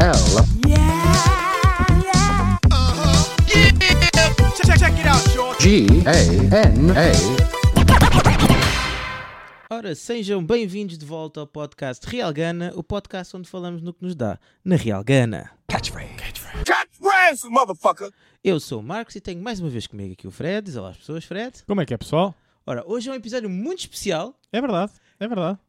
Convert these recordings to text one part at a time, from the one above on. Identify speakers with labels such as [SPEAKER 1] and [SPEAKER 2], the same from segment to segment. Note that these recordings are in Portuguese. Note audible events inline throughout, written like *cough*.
[SPEAKER 1] ela. G A N A.
[SPEAKER 2] Ora, sejam bem-vindos de volta ao podcast Real Gana, o podcast onde falamos no que nos dá na Real Gana. Eu sou o Marcos e tenho mais uma vez comigo aqui o Fred. Diz olá às pessoas, Fred.
[SPEAKER 3] Como é que é, pessoal?
[SPEAKER 2] Ora, hoje é um episódio muito especial.
[SPEAKER 3] É verdade, é verdade.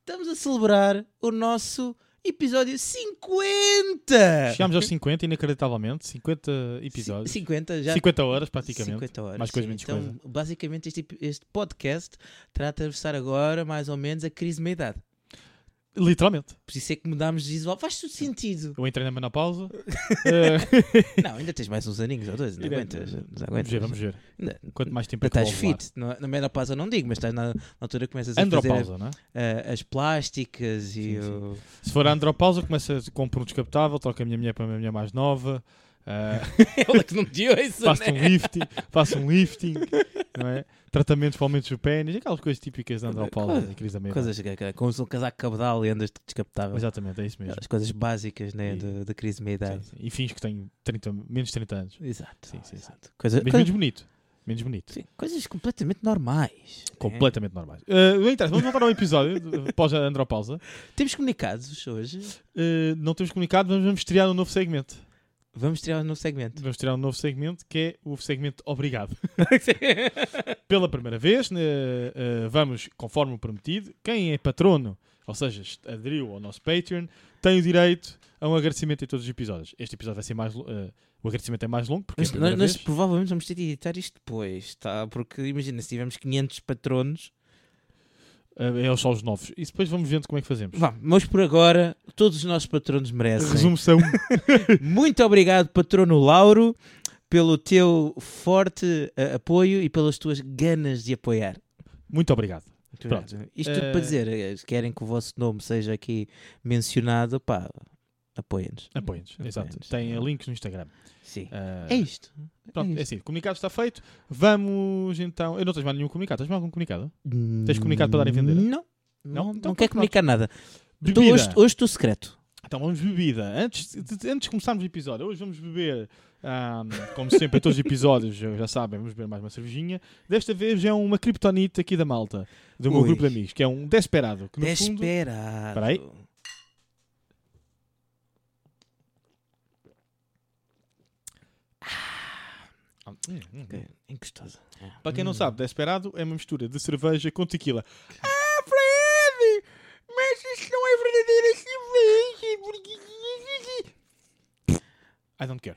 [SPEAKER 2] Estamos a celebrar o nosso episódio 50!
[SPEAKER 3] É. Chegámos aos 50, inacreditavelmente. 50 episódios.
[SPEAKER 2] Cin- 50 já.
[SPEAKER 3] 50 horas, praticamente.
[SPEAKER 2] 50 horas.
[SPEAKER 3] Mais coisa,
[SPEAKER 2] sim.
[SPEAKER 3] menos
[SPEAKER 2] então,
[SPEAKER 3] coisa.
[SPEAKER 2] basicamente, este, este podcast terá de atravessar agora, mais ou menos, a crise de meia-idade.
[SPEAKER 3] Literalmente.
[SPEAKER 2] Por isso é que mudámos de visual. Faz todo sentido.
[SPEAKER 3] Eu entrei na
[SPEAKER 2] *laughs*
[SPEAKER 3] menopausa. Eh,
[SPEAKER 2] não, ainda tens mais uns aninhos ou dois, não
[SPEAKER 3] Ainda-
[SPEAKER 2] aguentas. Não
[SPEAKER 3] vamos
[SPEAKER 2] aguentas.
[SPEAKER 3] ver, vamos ver.
[SPEAKER 2] Ainda-
[SPEAKER 3] Quanto mais tempo é que
[SPEAKER 2] ainda
[SPEAKER 3] eu
[SPEAKER 2] estás
[SPEAKER 3] vou levar.
[SPEAKER 2] fit. Na, na menopausa não digo, mas estás na, na altura que começas a fazer
[SPEAKER 3] Andropausa, não é?
[SPEAKER 2] ah, as plásticas e
[SPEAKER 3] Sim, sim.
[SPEAKER 2] o...
[SPEAKER 3] Se for a andropausa, começa com um descapotável, troca a minha mulher para a minha mulher mais nova.
[SPEAKER 2] *laughs*
[SPEAKER 3] eh,
[SPEAKER 2] *laughs* Ela que não te né? ouça,
[SPEAKER 3] faço um lifting, faço um lifting, não é? Tratamentos para aumentos do pênis, aquelas coisas típicas da andropausa, né,
[SPEAKER 2] Coisa-
[SPEAKER 3] da crise da meia.
[SPEAKER 2] Coisas que, que, com um casaco cabedal e andas descapotável.
[SPEAKER 3] Exatamente, é isso mesmo.
[SPEAKER 2] As coisas básicas né,
[SPEAKER 3] E-
[SPEAKER 2] da, da crise de meia-idade.
[SPEAKER 3] Sim, sim. E fins que tenho 30, menos de 30 anos.
[SPEAKER 2] Exato.
[SPEAKER 3] Sim, sim, sim.
[SPEAKER 2] exato. Coisa-
[SPEAKER 3] Mas
[SPEAKER 2] coisa-
[SPEAKER 3] menos bonito. Menos bonito.
[SPEAKER 2] sim, coisas completamente normais. né?
[SPEAKER 3] Completamente normais. Uh, não interessa, vamos voltar ao episódio de- após a andropausa.
[SPEAKER 2] Temos comunicados hoje.
[SPEAKER 3] Uh, não temos comunicado, mas vamos estrear um novo segmento.
[SPEAKER 2] Vamos tirar um novo
[SPEAKER 3] *laughs*
[SPEAKER 2] segmento.
[SPEAKER 3] Vamos estrear um novo segmento que é o segmento Obrigado. Pela primeira vez, né, uh, vamos, conforme o prometido, quem é patrono, ou seja, est- aderiu ao nosso Patreon, tem o direito a um agradecimento em todos os episódios. Este episódio vai ser mais. lo- uh, o agradecimento é mais longo, porque é a
[SPEAKER 2] Mas
[SPEAKER 3] primeira
[SPEAKER 2] nós, nós
[SPEAKER 3] vez.
[SPEAKER 2] provavelmente vamos ter de editar isto depois, tá? Porque imagina, se tivermos 500 patronos,
[SPEAKER 3] Uh, é só os novos. E depois vamos vendo como é que fazemos.
[SPEAKER 2] vá, mas por agora todos os nossos patronos merecem.
[SPEAKER 3] Resumo-se a um.
[SPEAKER 2] Muito obrigado, patrono Lauro, pelo teu forte eh, apoio e pelas tuas ganas de apoiar.
[SPEAKER 3] Muito obrigado.
[SPEAKER 2] Muito
[SPEAKER 3] Pronto.
[SPEAKER 2] obrigado. Isto tudo
[SPEAKER 3] Eh,
[SPEAKER 2] para dizer, eh, se querem que o vosso nome seja aqui mencionado, pá, apoiem-nos.
[SPEAKER 3] Apoiem-nos. Exato.
[SPEAKER 2] Apoiem-nos.
[SPEAKER 3] Tem eh, links no Instagram.
[SPEAKER 2] Sim.
[SPEAKER 3] Uh,
[SPEAKER 2] É isto.
[SPEAKER 3] Pronto,
[SPEAKER 2] É
[SPEAKER 3] é assim, o comunicado está feito. Vamos então. Eu não tenho mais nenhum comunicado. Tens mais algum comunicado? Tens comunicado para dar em vender?
[SPEAKER 2] Não. Não,
[SPEAKER 3] Não?
[SPEAKER 2] não,
[SPEAKER 3] Então,
[SPEAKER 2] quer
[SPEAKER 3] pronto.
[SPEAKER 2] comunicar nada. Estou
[SPEAKER 3] Bebida.
[SPEAKER 2] Então, hoje, hoje estou secreto.
[SPEAKER 3] Então vamos bebida. Antes de, de- antes de começarmos o episódio, hoje vamos beber, ahm, como sempre, em todos os episódios, já já sabem, vamos beber mais uma cervejinha. Desta vez é uma criptonite aqui da malta, do meu
[SPEAKER 2] Ui.
[SPEAKER 3] grupo de amigos, que é um desperado. Que no fundo,
[SPEAKER 2] Desperado.
[SPEAKER 3] Espera aí. Ah, hum, hum.
[SPEAKER 2] Ok, Engostosa.
[SPEAKER 3] Para quem não
[SPEAKER 2] Hum.
[SPEAKER 3] sabe, Desperado é uma mistura de cerveja com tequila. Ah, Fred! Mas isto não é verdadeira cerveja! Porque... I don't care.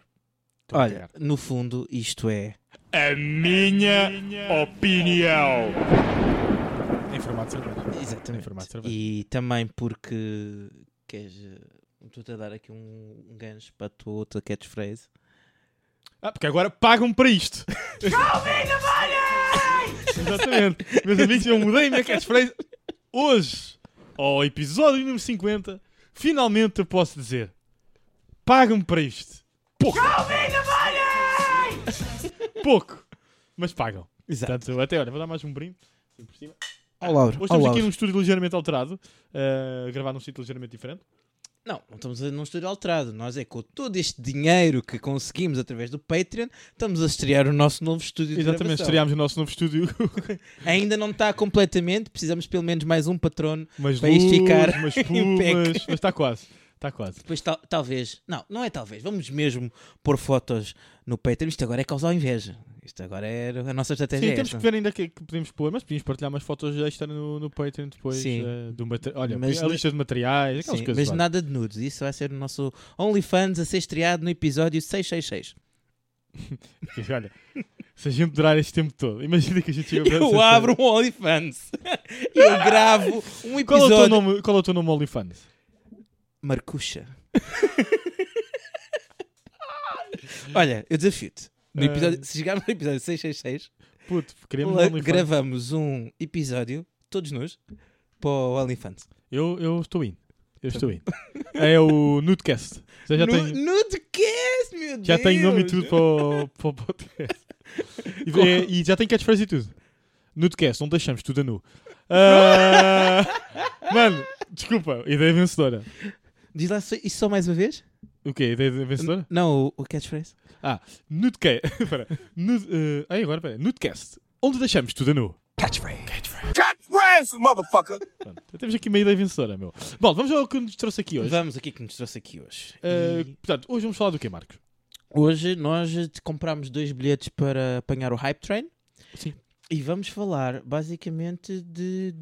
[SPEAKER 3] Estou a
[SPEAKER 2] Olha, no fundo, isto é.
[SPEAKER 3] cagar. a minha opinião! Em formato de cerveja. Em
[SPEAKER 2] Exatamente.
[SPEAKER 3] formato de cerveja.
[SPEAKER 2] E também porque queres. eh, Estou-te a dar aqui um, um gancho para a tua outra catchphrase.
[SPEAKER 3] Ah, porque agora pagam para isto! *laughs* Exatamente. Meus amigos, eu mudei a minha catchphrase hoje, ao episódio número 50. Finalmente eu posso dizer: pagam-me para isto. Pouco. Pouco. Mas pagam.
[SPEAKER 2] Exato.
[SPEAKER 3] Portanto, até olha, vou dar mais um brinde. assim por cima.
[SPEAKER 2] Ó, Lauro.
[SPEAKER 3] Hoje
[SPEAKER 2] ó,
[SPEAKER 3] estamos aqui
[SPEAKER 2] Lauro.
[SPEAKER 3] num estúdio ligeiramente alterado, eh, gravado num sítio ligeiramente diferente.
[SPEAKER 2] Não, não estamos a- num estúdio alterado. Nós é com todo este dinheiro que conseguimos através do Patreon, estamos a estrear o nosso novo estúdio de
[SPEAKER 3] Exatamente,
[SPEAKER 2] gravação.
[SPEAKER 3] estreámos o nosso novo estúdio,
[SPEAKER 2] Ainda não está completamente, precisamos pelo menos mais um patrono.
[SPEAKER 3] umas
[SPEAKER 2] Para isto
[SPEAKER 3] luzes,
[SPEAKER 2] ficar
[SPEAKER 3] umas
[SPEAKER 2] *laughs* em pé.
[SPEAKER 3] plumas, mas está quase, está quase.
[SPEAKER 2] Depois tal- talvez, não, não é talvez, vamos mesmo pôr fotos no Patreon. Isto agora é causar inveja. Isto agora é a nossa estratégia.
[SPEAKER 3] Sim,
[SPEAKER 2] é
[SPEAKER 3] temos
[SPEAKER 2] esta.
[SPEAKER 3] que ver ainda que, que podemos pôr, mas podíamos partilhar umas fotos extra no, no Patreon depois.
[SPEAKER 2] Sim.
[SPEAKER 3] eh, do mate- Olha,
[SPEAKER 2] Mas
[SPEAKER 3] a
[SPEAKER 2] na-
[SPEAKER 3] lista de materiais, aquelas
[SPEAKER 2] Sim,
[SPEAKER 3] coisas.
[SPEAKER 2] mas
[SPEAKER 3] vá.
[SPEAKER 2] nada de nudes, isso vai ser o nosso OnlyFans a ser estreado no episódio 666.
[SPEAKER 3] Porque, olha, se a gente durar este tempo todo, imagina que a
[SPEAKER 2] *laughs*
[SPEAKER 3] gente chega
[SPEAKER 2] Eu abro um OnlyFans *laughs* e eu gravo
[SPEAKER 3] Qual é,
[SPEAKER 2] um
[SPEAKER 3] o teu
[SPEAKER 2] episódio.
[SPEAKER 3] nome, qual é o teu nome OnlyFans?
[SPEAKER 2] Marcucha. *laughs* Olha, eu desafio-te. No episódio-
[SPEAKER 3] Ah.
[SPEAKER 2] Se chegarmos no episódio 666,
[SPEAKER 3] Puto, queremos um
[SPEAKER 2] la-
[SPEAKER 3] OnlyFans.
[SPEAKER 2] gravamos um episódio, todos nós, para o OnlyFans.
[SPEAKER 3] Eu, eu estou indo. Eu estou
[SPEAKER 2] *laughs*
[SPEAKER 3] indo. É o Nudecast. Já, já
[SPEAKER 2] no,
[SPEAKER 3] tenho,
[SPEAKER 2] Nudecast, meu
[SPEAKER 3] já
[SPEAKER 2] Deus!
[SPEAKER 3] tenho nome e tudo para o, para o podcast. E,
[SPEAKER 2] Como?
[SPEAKER 3] é- e já tem catchphrase e tudo. Nudecast, não deixamos tudo a *laughs* nu. Ah, mano, desculpa, ideia vencedora.
[SPEAKER 2] Diz lá só- isso só mais uma vez?
[SPEAKER 3] O quê? A ideia de vencedora?
[SPEAKER 2] Não, o, o catchphrase.
[SPEAKER 3] Nudecast. *laughs* Espera. Nude, eh, ai, agora, espera. Nudecast. Onde deixamos tudo a nu? Catchphrase. Catchphrase, motherfucker. Pronto, temos aqui uma ideia vencedora, meu. Bom, vamos ao que nos trouxe aqui hoje.
[SPEAKER 2] Vamos aqui que nos trouxe aqui hoje.
[SPEAKER 3] Eh,
[SPEAKER 2] E
[SPEAKER 3] portanto, hoje vamos falar do quê, Marcos?
[SPEAKER 2] Hoje nós eh, te comprámos dois bilhetes para apanhar o Hype Train.
[SPEAKER 3] Sim.
[SPEAKER 2] E vamos falar basicamente de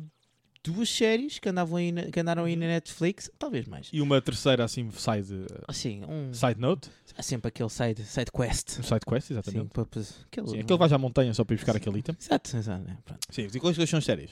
[SPEAKER 2] duas séries que, andavam aí na- que andaram aí na Netflix, talvez mais.
[SPEAKER 3] Uhum. E uma terceira, assim, side, eh,
[SPEAKER 2] Assim, um,
[SPEAKER 3] side note.
[SPEAKER 2] há sempre aquele side, side quest.
[SPEAKER 3] Um side quest,
[SPEAKER 2] Sim,
[SPEAKER 3] exatamente.
[SPEAKER 2] para- para- aquele-
[SPEAKER 3] Sim, aquele vais à montanha só para ir buscar aquele item.
[SPEAKER 2] Exato, exato. é, pronto.
[SPEAKER 3] Sim, e quais são as séries?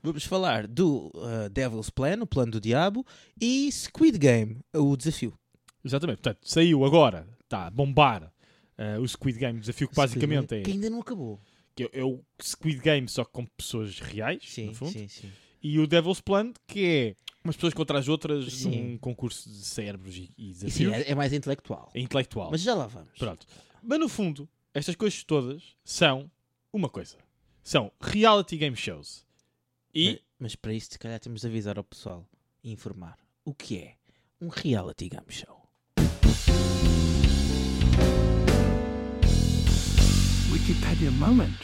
[SPEAKER 2] Vamos falar do uh, Devil's Plan, o plano do diabo, e Squid Game, o desafio.
[SPEAKER 3] Exatamente. Portanto, saiu agora, está a bombar eh, o Squid Game, desafio que basicamente
[SPEAKER 2] Squid Game,
[SPEAKER 3] é...
[SPEAKER 2] Que ainda não acabou.
[SPEAKER 3] que é o Squid Game só com pessoas reais,
[SPEAKER 2] Sim,
[SPEAKER 3] no fundo,
[SPEAKER 2] sim, sim.
[SPEAKER 3] e o Devil's Plan, que é umas pessoas contra as outras
[SPEAKER 2] Sim.
[SPEAKER 3] num concurso de cérebros e, e
[SPEAKER 2] E sim,
[SPEAKER 3] desafios.
[SPEAKER 2] é, é mais intelectual.
[SPEAKER 3] é... intelectual.
[SPEAKER 2] Mas já lá vamos.
[SPEAKER 3] Pronto. Mas no fundo, estas coisas todas são uma coisa. São reality game shows. E
[SPEAKER 2] Mas, mas para isso, se calhar, temos de avisar ao pessoal e informar o que é um reality game show.
[SPEAKER 1] Wikipedia moment.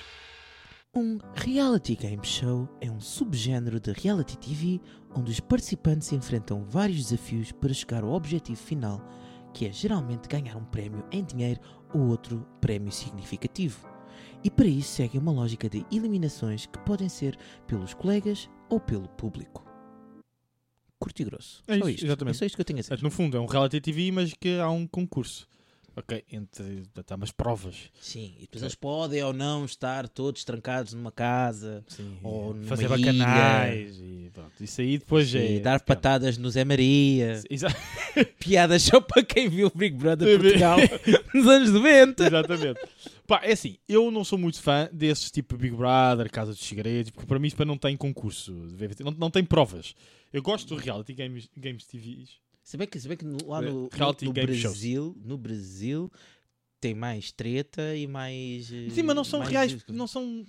[SPEAKER 2] Um reality game show é um subgénero de reality TV onde os participantes enfrentam vários desafios para chegar ao objetivo final, que é geralmente ganhar um prémio em dinheiro ou outro prémio significativo. E para isso segue uma lógica de eliminações que podem ser pelos colegas ou pelo público. Curto e grosso.
[SPEAKER 3] É
[SPEAKER 2] só
[SPEAKER 3] isso,
[SPEAKER 2] isto.
[SPEAKER 3] exatamente.
[SPEAKER 2] É só isto que eu tenho a dizer.
[SPEAKER 3] portanto, no fundo, é um reality TV, mas que há um concurso. Ok, entre portanto, há umas provas.
[SPEAKER 2] Sim, e depois eles podem ou não estar todos trancados numa casa Ou numa
[SPEAKER 3] é. fazer
[SPEAKER 2] ilha.
[SPEAKER 3] bacanais e pronto. Isso aí depois é.
[SPEAKER 2] e dar patadas no Zé Maria.
[SPEAKER 3] Exa- *laughs*
[SPEAKER 2] Piadas só para quem viu o Big Brother
[SPEAKER 3] Sim.
[SPEAKER 2] Portugal *laughs* nos anos 90.
[SPEAKER 3] Exatamente. Pá, é assim, eu não sou muito fã desses tipo Big Brother, Casa dos Segredos, porque para mim isso pá, não tem concurso, não, não tem provas. Eu gosto do reality games, games TVs.
[SPEAKER 2] Se bem que, se bem que no- lá
[SPEAKER 3] Eh,
[SPEAKER 2] no, no-
[SPEAKER 3] reality
[SPEAKER 2] no
[SPEAKER 3] game shows.
[SPEAKER 2] Brasil, no Brasil tem mais treta e mais. eh,
[SPEAKER 3] Sim, mas não são
[SPEAKER 2] mais
[SPEAKER 3] reais,
[SPEAKER 2] isso.
[SPEAKER 3] não são,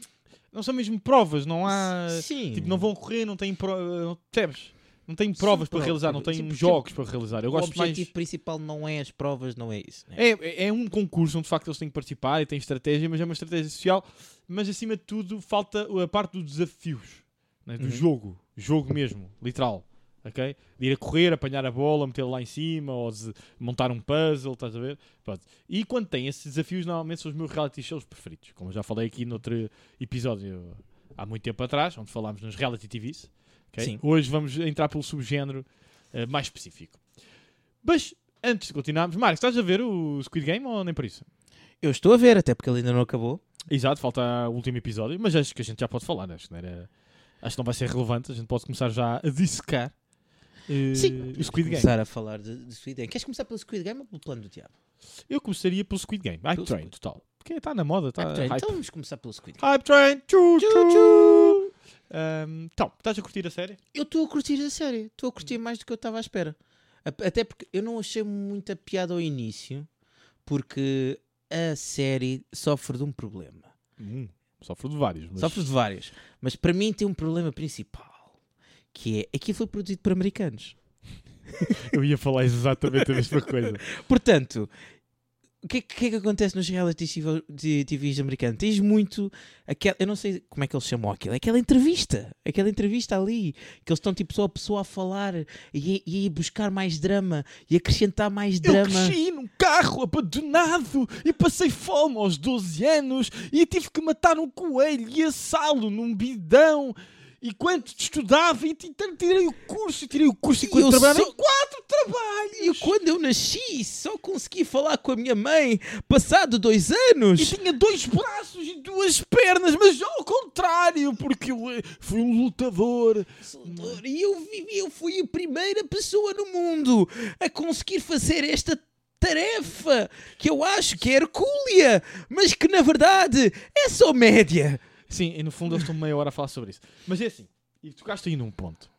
[SPEAKER 3] não são mesmo provas, não há,
[SPEAKER 2] Sim.
[SPEAKER 3] tipo, não vão correr, não têm pro- não, percebes? Não têm provas para
[SPEAKER 2] provas.
[SPEAKER 3] realizar, não têm
[SPEAKER 2] Sim, porque
[SPEAKER 3] jogos para realizar. Eu
[SPEAKER 2] o
[SPEAKER 3] gosto mais
[SPEAKER 2] objetivo principal não é as provas, não é isso. né?
[SPEAKER 3] É, é um concurso onde de facto eles têm que participar e têm estratégia, mas é uma estratégia social. Mas acima de tudo, falta a parte dos desafios, né? do
[SPEAKER 2] Uhum.
[SPEAKER 3] jogo, jogo mesmo, literal. ok? De ir a correr, apanhar a bola, metê-la lá em cima, ou de montar um puzzle, estás a ver? Pronto. E quando tem esses desafios, normalmente são os meus reality shows preferidos, como eu já falei aqui noutro episódio há muito tempo atrás, onde falámos nos reality TVs. ok?
[SPEAKER 2] Sim.
[SPEAKER 3] Hoje vamos entrar pelo subgénero eh, mais específico. Mas antes de continuarmos, Marcos, estás a ver o Squid Game ou nem por isso?
[SPEAKER 2] Eu estou a ver, até porque ele ainda não acabou.
[SPEAKER 3] Exato, falta o último episódio, mas acho que a gente já pode falar, né? acho que não era- acho que não vai ser relevante, a gente pode começar já a dissecar eh,
[SPEAKER 2] Sim.
[SPEAKER 3] o Squid Game.
[SPEAKER 2] começar a falar de, de Squid Game. Queres começar pelo Squid Game ou pelo plano do diabo?
[SPEAKER 3] Eu começaria pelo Squid Game, Hype
[SPEAKER 2] Pelo
[SPEAKER 3] Train,
[SPEAKER 2] Squid.
[SPEAKER 3] total. Porque está na moda, está
[SPEAKER 2] Ah, peraí,
[SPEAKER 3] Tá, hype.
[SPEAKER 2] então vamos começar pelo Squid Game.
[SPEAKER 3] Hype Train, tchu,
[SPEAKER 2] Tchu,
[SPEAKER 3] tchu.
[SPEAKER 2] tchu.
[SPEAKER 3] Ahm, então, estás a curtir a série?
[SPEAKER 2] Eu estou a curtir a série, estou a curtir mais do que eu estava à espera. A- Até porque eu não achei muita piada ao início, porque a série sofre de um problema.
[SPEAKER 3] Hum, sofro de vários, mas
[SPEAKER 2] Sofre de vários. Mas para mim tem um problema principal, que é aqui foi produzido por americanos.
[SPEAKER 3] eu ia falar exatamente a mesma coisa.
[SPEAKER 2] Portanto, o que, é que- o que é que acontece nos reality TV de TVs americanos? Tens muito aquela. Eu não sei como é que eles chamam aquilo, aquela entrevista. Aquela entrevista ali, que eles estão tipo só a pessoa a falar e, e a buscar mais drama e acrescentar mais
[SPEAKER 3] *laughs* Eu
[SPEAKER 2] drama.
[SPEAKER 3] cresci num carro abandonado e passei fome aos 12 anos e tive que matar um coelho e assá-lo num bidão. E quando estudava e t- t- tirei o curso, e tirei o curso e quando
[SPEAKER 2] Eu
[SPEAKER 3] trabalhava
[SPEAKER 2] sou-
[SPEAKER 3] em quatro trabalhos.
[SPEAKER 2] E quando eu nasci, só consegui falar com a minha mãe passado dois
[SPEAKER 3] E
[SPEAKER 2] anos.
[SPEAKER 3] tinha dois braços e duas pernas, mas ao contrário, porque eu eh, fui um lutador.
[SPEAKER 2] Salvador, E eu, vivi, eu fui a primeira pessoa no mundo a conseguir fazer esta tarefa que eu acho que é hercúlea, mas que na verdade é só média.
[SPEAKER 3] Sim, e no fundo eles estão meia hora a falar sobre isso. Mas é assim, e tocaste aí num ponto.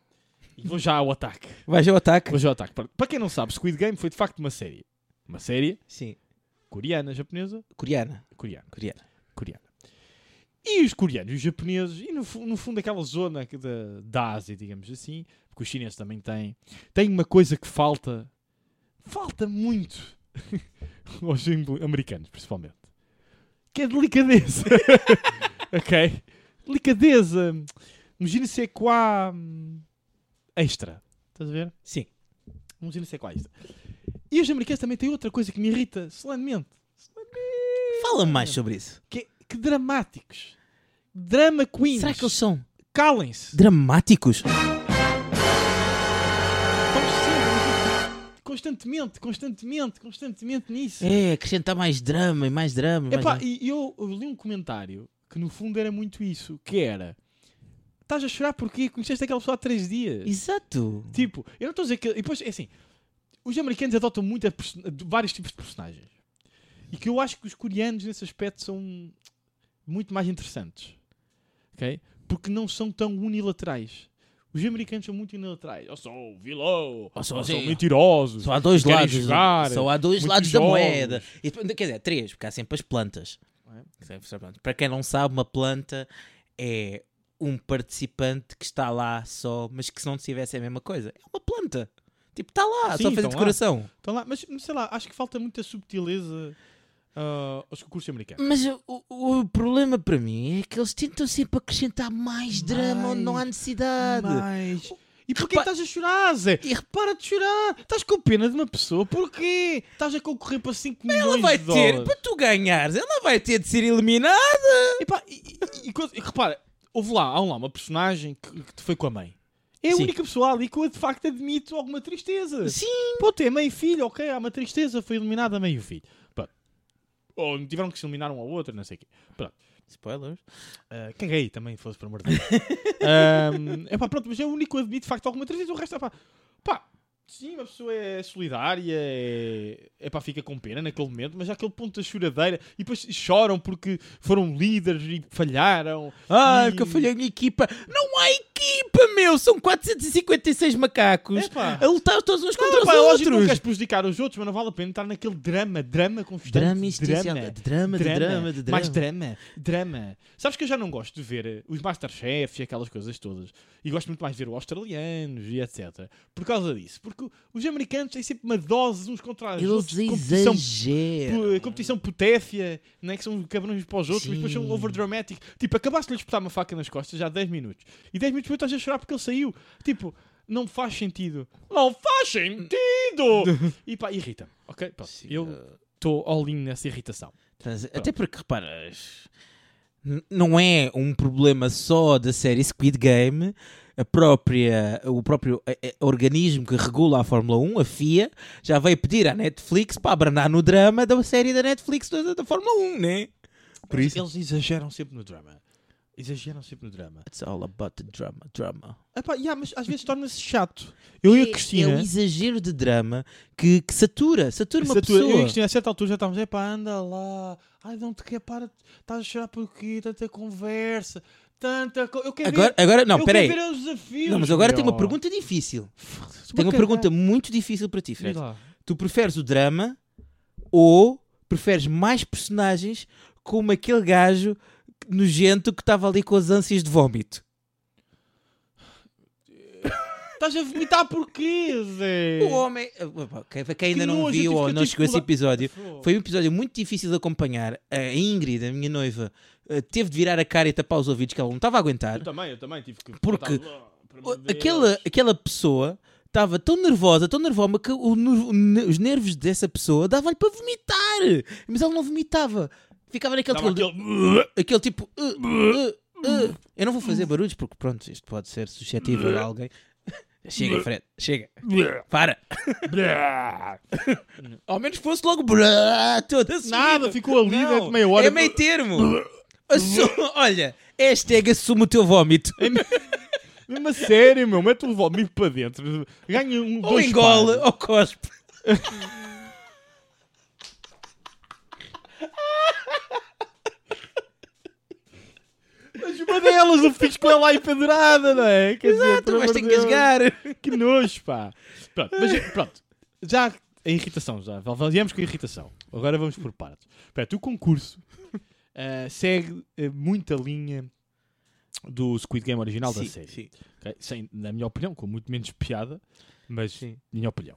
[SPEAKER 3] E vou já ao ataque.
[SPEAKER 2] Vais ao ataque?
[SPEAKER 3] Vou já ao ataque. Para quem não sabe, Squid Game foi de facto uma série. Uma série
[SPEAKER 2] Sim.
[SPEAKER 3] coreana, japonesa,
[SPEAKER 2] Coreana.
[SPEAKER 3] coreana,
[SPEAKER 2] Coreana.
[SPEAKER 3] coreana. E os coreanos e os japoneses, e no, fu- no fundo aquela zona que da, da Ásia, digamos assim, porque os chineses também têm, tem uma coisa que falta, falta muito *laughs* aos anglo- americanos, principalmente, que é delicadeza. *laughs* ok? Delicadeza, imagina se é qua extra. Estás a ver?
[SPEAKER 2] Sim.
[SPEAKER 3] Imagina se é qua extra. E os americanos também têm outra coisa que me irrita, solenemente. Solenemente.
[SPEAKER 2] Fala mais sobre isso.
[SPEAKER 3] Que, que dramáticos. Drama queens.
[SPEAKER 2] Será que eles são
[SPEAKER 3] calem-se?
[SPEAKER 2] dramáticos?
[SPEAKER 3] Estão sempre constantemente, constantemente, constantemente nisso.
[SPEAKER 2] É, acrescentar mais drama e mais drama. e mais
[SPEAKER 3] Epá,
[SPEAKER 2] drama.
[SPEAKER 3] e eu, eu li um comentário que no fundo era muito isso, que era estás a chorar porque conheceste aquela pessoa há três dias.
[SPEAKER 2] Exato.
[SPEAKER 3] Tipo, eu não estou a dizer que... E depois, é assim, os americanos adotam muito a perso- de vários tipos de personagens. E que eu acho que os coreanos, nesse aspecto, são muito mais interessantes. Ok? Porque não são tão unilaterais. Os americanos são muito unilaterais. Ou são vilão, ou
[SPEAKER 2] são
[SPEAKER 3] são,
[SPEAKER 2] assim,
[SPEAKER 3] mentirosos.
[SPEAKER 2] Só há dois
[SPEAKER 3] querem
[SPEAKER 2] lados.
[SPEAKER 3] jogar,
[SPEAKER 2] só há dois
[SPEAKER 3] muitos
[SPEAKER 2] lados da
[SPEAKER 3] jogos.
[SPEAKER 2] moeda. E depois- quer dizer, três, porque há sempre as plantas.
[SPEAKER 3] é?
[SPEAKER 2] Sempre são plantas. Para quem não sabe, uma planta é um participante que está lá só, mas que se não tivesse a mesma coisa. É uma planta. Tipo, está lá,
[SPEAKER 3] Sim,
[SPEAKER 2] só fazer
[SPEAKER 3] estão lá.
[SPEAKER 2] decoração.
[SPEAKER 3] Estão Então lá. Mas, sei lá, acho que falta muita subtileza ah, aos concursos americanos.
[SPEAKER 2] Mas o, o- o problema para mim é que eles tentam sempre acrescentar mais drama onde não há necessidade.
[SPEAKER 3] Mas... E porquê
[SPEAKER 2] Repa-
[SPEAKER 3] estás a chorar, Zé?
[SPEAKER 2] E
[SPEAKER 3] Para de chorar! Estás com pena de uma pessoa, porquê? Estás a concorrer para 5 milhões
[SPEAKER 2] Ela vai
[SPEAKER 3] de
[SPEAKER 2] ter,
[SPEAKER 3] dólares.
[SPEAKER 2] para tu ganhares, ela vai ter de ser eliminada.
[SPEAKER 3] Epá, e, e- e coisa- e repara, houve lá, há lá uma personagem que, que te foi com a mãe. É a
[SPEAKER 2] Sim.
[SPEAKER 3] única pessoa ali que eu de facto admito alguma tristeza.
[SPEAKER 2] Sim.
[SPEAKER 3] Pô, tem mãe e filho, ok, há uma tristeza, foi eliminada mãe e o filho. Pronto. Ou tiveram que se eliminar um ao outro, não sei o quê. Pronto.
[SPEAKER 2] Spoilers.
[SPEAKER 3] Ah, caguei também, fosse por amor de Deus.
[SPEAKER 2] *laughs*
[SPEAKER 3] Ahm, epá, pronto, mas é o único que eu admito de facto alguma tristeza. O resto, epá, pá, sim, uma pessoa é solidária, é, epá, fica com pena naquele momento, mas há aquele ponto da choradeira e depois choram porque foram líderes e falharam.
[SPEAKER 2] Ai,
[SPEAKER 3] E-
[SPEAKER 2] porque eu falhei a minha equipa. Não há equipa, meu! São 456 macacos
[SPEAKER 3] Epá.
[SPEAKER 2] a lutar todos uns contra
[SPEAKER 3] Não, pá, é
[SPEAKER 2] os
[SPEAKER 3] lógico que não
[SPEAKER 2] outros.
[SPEAKER 3] queres prejudicar os outros, mas não vale a pena estar naquele drama, drama constante.
[SPEAKER 2] Drama existencial.
[SPEAKER 3] drama.
[SPEAKER 2] De drama, de drama, de drama.
[SPEAKER 3] Mais drama, drama. Sabes que eu já não gosto de ver eh, os Masterchefs e aquelas coisas todas. E gosto muito mais de ver os australianos e etc. Por causa disso. Porque os americanos têm sempre uma dose uns contra os outros.
[SPEAKER 2] Eles
[SPEAKER 3] de Competição,
[SPEAKER 2] exageram.
[SPEAKER 3] pu- competição putéfia, não é que são cabrões para os outros, mas depois são
[SPEAKER 2] Sim.
[SPEAKER 3] overdramatic. Tipo, acabaste-lhe espetar uma faca nas costas já há 10 minutos. E 10 minutos depois estás a chorar porque ele saiu. Tipo, não faz sentido. Não faz
[SPEAKER 2] *laughs*
[SPEAKER 3] sentido! e pá, irrita-me. Ok? Pronto.
[SPEAKER 2] Sim, eh,
[SPEAKER 3] Eu estou all in nessa irritação.
[SPEAKER 2] Trans- Até porque, repara, n- não é um problema só da série Squid Game. A própria, o próprio eh, eh, organismo que regula a Fórmula 1, a FIA, já veio pedir à Netflix para abrandar no drama da série da Netflix da, da Fórmula 1, né? Por
[SPEAKER 3] Eles-
[SPEAKER 2] isso.
[SPEAKER 3] Eles exageram sempre no drama. Exageram sempre no drama.
[SPEAKER 2] It's all about the drama, drama.
[SPEAKER 3] Epá, yeah, mas às vezes torna-se chato. Eu e a
[SPEAKER 2] É um
[SPEAKER 3] Cristina.
[SPEAKER 2] exagero de drama que, que satura, satura uma
[SPEAKER 3] essa tua- Eu e a
[SPEAKER 2] pessoa.
[SPEAKER 3] Cristina, a certa altura já estávamos, epá, anda lá. Ai, não te quer, é? para. Estás a chorar porquê? Tanta conversa. Tanta. co- Eu quero
[SPEAKER 2] Agora,
[SPEAKER 3] ver.
[SPEAKER 2] agora não,
[SPEAKER 3] eu
[SPEAKER 2] peraí.
[SPEAKER 3] quero ver os desafios.
[SPEAKER 2] Não, mas agora
[SPEAKER 3] meu.
[SPEAKER 2] tenho uma pergunta difícil.
[SPEAKER 3] Sou
[SPEAKER 2] Tenho uma
[SPEAKER 3] cagada.
[SPEAKER 2] pergunta muito difícil para ti,
[SPEAKER 3] Diz
[SPEAKER 2] Fred.
[SPEAKER 3] lá.
[SPEAKER 2] Tu preferes o drama ou preferes mais personagens como aquele gajo nojento que estava ali com as ânsias de vómito?
[SPEAKER 3] Estás a vomitar porquê, Zé?
[SPEAKER 2] O homem, eh, quem quem ainda
[SPEAKER 3] Que
[SPEAKER 2] não
[SPEAKER 3] nojo, eu
[SPEAKER 2] viu
[SPEAKER 3] tive-
[SPEAKER 2] ou
[SPEAKER 3] eu
[SPEAKER 2] não
[SPEAKER 3] tive
[SPEAKER 2] chegou a esse
[SPEAKER 3] que pular-
[SPEAKER 2] episódio,
[SPEAKER 3] Fogo.
[SPEAKER 2] Foi um episódio muito difícil de acompanhar. A Ingrid, a minha noiva, eh, teve de virar a cara e tapar os ouvidos que ela não estava a aguentar.
[SPEAKER 3] Eu também, eu também tive que.
[SPEAKER 2] Porque
[SPEAKER 3] Por
[SPEAKER 2] O-
[SPEAKER 3] amor de Então, Deus.
[SPEAKER 2] Aquela, aquela pessoa estava tão nervosa, tão nervosa, que o ner- o ne- os nervos dessa pessoa davam-lhe para vomitar. Mas ela não vomitava. Ficava naquele
[SPEAKER 3] Dava
[SPEAKER 2] aquele,
[SPEAKER 3] aquele- *laughs*
[SPEAKER 2] aquele tipo. "Uh, uh, uh." Eu não vou fazer barulhos porque, pronto, isto pode ser suscetível a alguém. *laughs* Chega, Fred, chega. Para. Ao menos que fosse logo. brá, Toda
[SPEAKER 3] Nada,
[SPEAKER 2] seguida.
[SPEAKER 3] ficou ali
[SPEAKER 2] Não,
[SPEAKER 3] durante meia hora.
[SPEAKER 2] É meio termo.
[SPEAKER 3] *laughs*
[SPEAKER 2] Assu- Olha, hashtag assume o teu vómito.
[SPEAKER 3] É Mesmo a sério, meu. Mete o vómito para dentro. Ganha um.
[SPEAKER 2] Ou
[SPEAKER 3] dois
[SPEAKER 2] engole
[SPEAKER 3] pares.
[SPEAKER 2] ou cospe.
[SPEAKER 3] Mas uma delas, eu fico com ela aí pendurada, não é? Quer dizer,
[SPEAKER 2] Exato,
[SPEAKER 3] por
[SPEAKER 2] mas
[SPEAKER 3] amor
[SPEAKER 2] tem
[SPEAKER 3] de
[SPEAKER 2] que Ah.
[SPEAKER 3] Deus.
[SPEAKER 2] rasgar.
[SPEAKER 3] Que nojo, pá. Pronto, mas pronto. Já a irritação, já. Viemos com a irritação. Agora vamos por partes. Espera, o concurso eh, segue eh, muita linha do Squid Game original da
[SPEAKER 2] sim,
[SPEAKER 3] série.
[SPEAKER 2] sim.
[SPEAKER 3] ok? Sem, na minha opinião, com muito menos piada, mas
[SPEAKER 2] Sim.
[SPEAKER 3] minha opinião.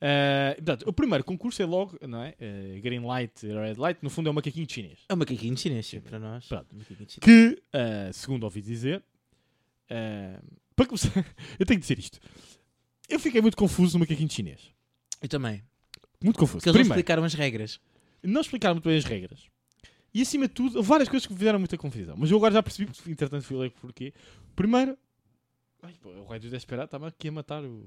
[SPEAKER 3] Eh, portanto, o primeiro concurso é logo, não é? Eh, green light, red light, no fundo é um macaquinho chinês.
[SPEAKER 2] É um macaquinho chinês, sim, para nós.
[SPEAKER 3] Pronto.
[SPEAKER 2] Macaquinho chinês.
[SPEAKER 3] Que, eh, segundo ouvi dizer, eh, para começar, *laughs* eu tenho que dizer isto. Eu fiquei muito confuso no macaquinho chinês.
[SPEAKER 2] Eu também.
[SPEAKER 3] Muito confuso.
[SPEAKER 2] Porque eles não
[SPEAKER 3] Primeiro,
[SPEAKER 2] explicaram as regras.
[SPEAKER 3] não explicaram muito bem as regras. E acima de tudo, houve várias coisas que me fizeram muita confusão. Mas eu agora já percebi, porque, entretanto fui ler porquê. Primeiro, ai, pô, o Rei do Desperado estava é aqui a matar o-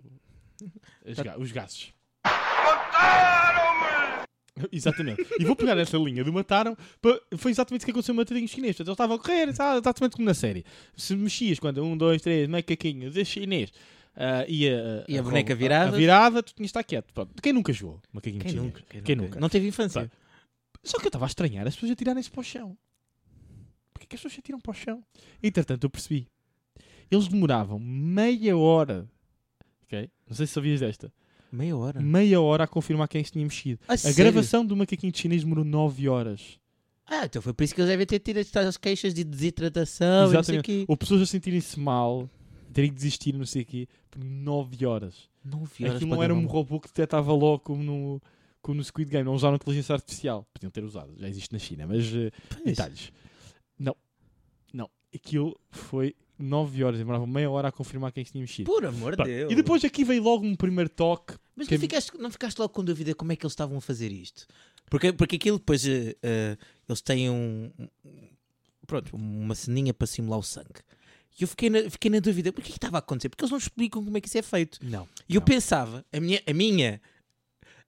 [SPEAKER 3] as ga- os gases. Mataram-me! Exatamente. E vou pegar essa linha do mataram. pa- Foi exatamente isso que aconteceu no Matadinho Chinês. Portanto, eles estavam a correr, está- exatamente como na série. Se mexias quando um, dois, três, macaquinhos, é chinês. ah, e a,
[SPEAKER 2] E a
[SPEAKER 3] roda-
[SPEAKER 2] boneca virava?
[SPEAKER 3] A virada, tu tinhas de estar quieto. Pronto, Quem nunca jogou? Macaquinho
[SPEAKER 2] Quem
[SPEAKER 3] chinês?
[SPEAKER 2] nunca?
[SPEAKER 3] Quem nunca?
[SPEAKER 2] Não teve infância.
[SPEAKER 3] Só que eu estava a estranhar as pessoas atirarem-se para o chão. Porquê que as pessoas se atiram para o chão? Entretanto, eu percebi. Eles demoravam meia hora. Ok? Não sei se sabias desta.
[SPEAKER 2] Meia hora.
[SPEAKER 3] Meia hora a confirmar quem se tinha mexido.
[SPEAKER 2] A,
[SPEAKER 3] Hum. A gravação do macaquinho de chinês demorou 9 horas.
[SPEAKER 2] Ah, então foi por isso que eles devem ter tido estas queixas de desidratação e não sei o quê.
[SPEAKER 3] Ou pessoas a sentirem-se mal, terem que desistir, não sei o quê, por 9 horas.
[SPEAKER 2] Nove horas
[SPEAKER 3] Aquilo
[SPEAKER 2] para
[SPEAKER 3] não era
[SPEAKER 2] gravar
[SPEAKER 3] um robô que detectava logo como no, como no Squid Game. Não usaram inteligência artificial. Podiam ter usado, já existe na China, mas. eh,
[SPEAKER 2] Pois.
[SPEAKER 3] Detalhes. Não. Não. Aquilo foi 9 horas. Demorava meia hora a confirmar quem se tinha mexido.
[SPEAKER 2] Por amor de
[SPEAKER 3] Pronto.
[SPEAKER 2] Deus.
[SPEAKER 3] E depois aqui veio logo um primeiro toque.
[SPEAKER 2] Mas
[SPEAKER 3] Quem-
[SPEAKER 2] não, ficaste, não ficaste logo com dúvida como é que eles estavam a fazer isto? Porque, porque aquilo depois eh, eh, eles têm um, um- pronto, uma ceninha para simular o sangue. E eu fiquei na, fiquei na dúvida, mas o que é que estava a acontecer? Porque eles não explicam como é que isso é feito.
[SPEAKER 3] Não.
[SPEAKER 2] E eu pensava, a minha, a minha,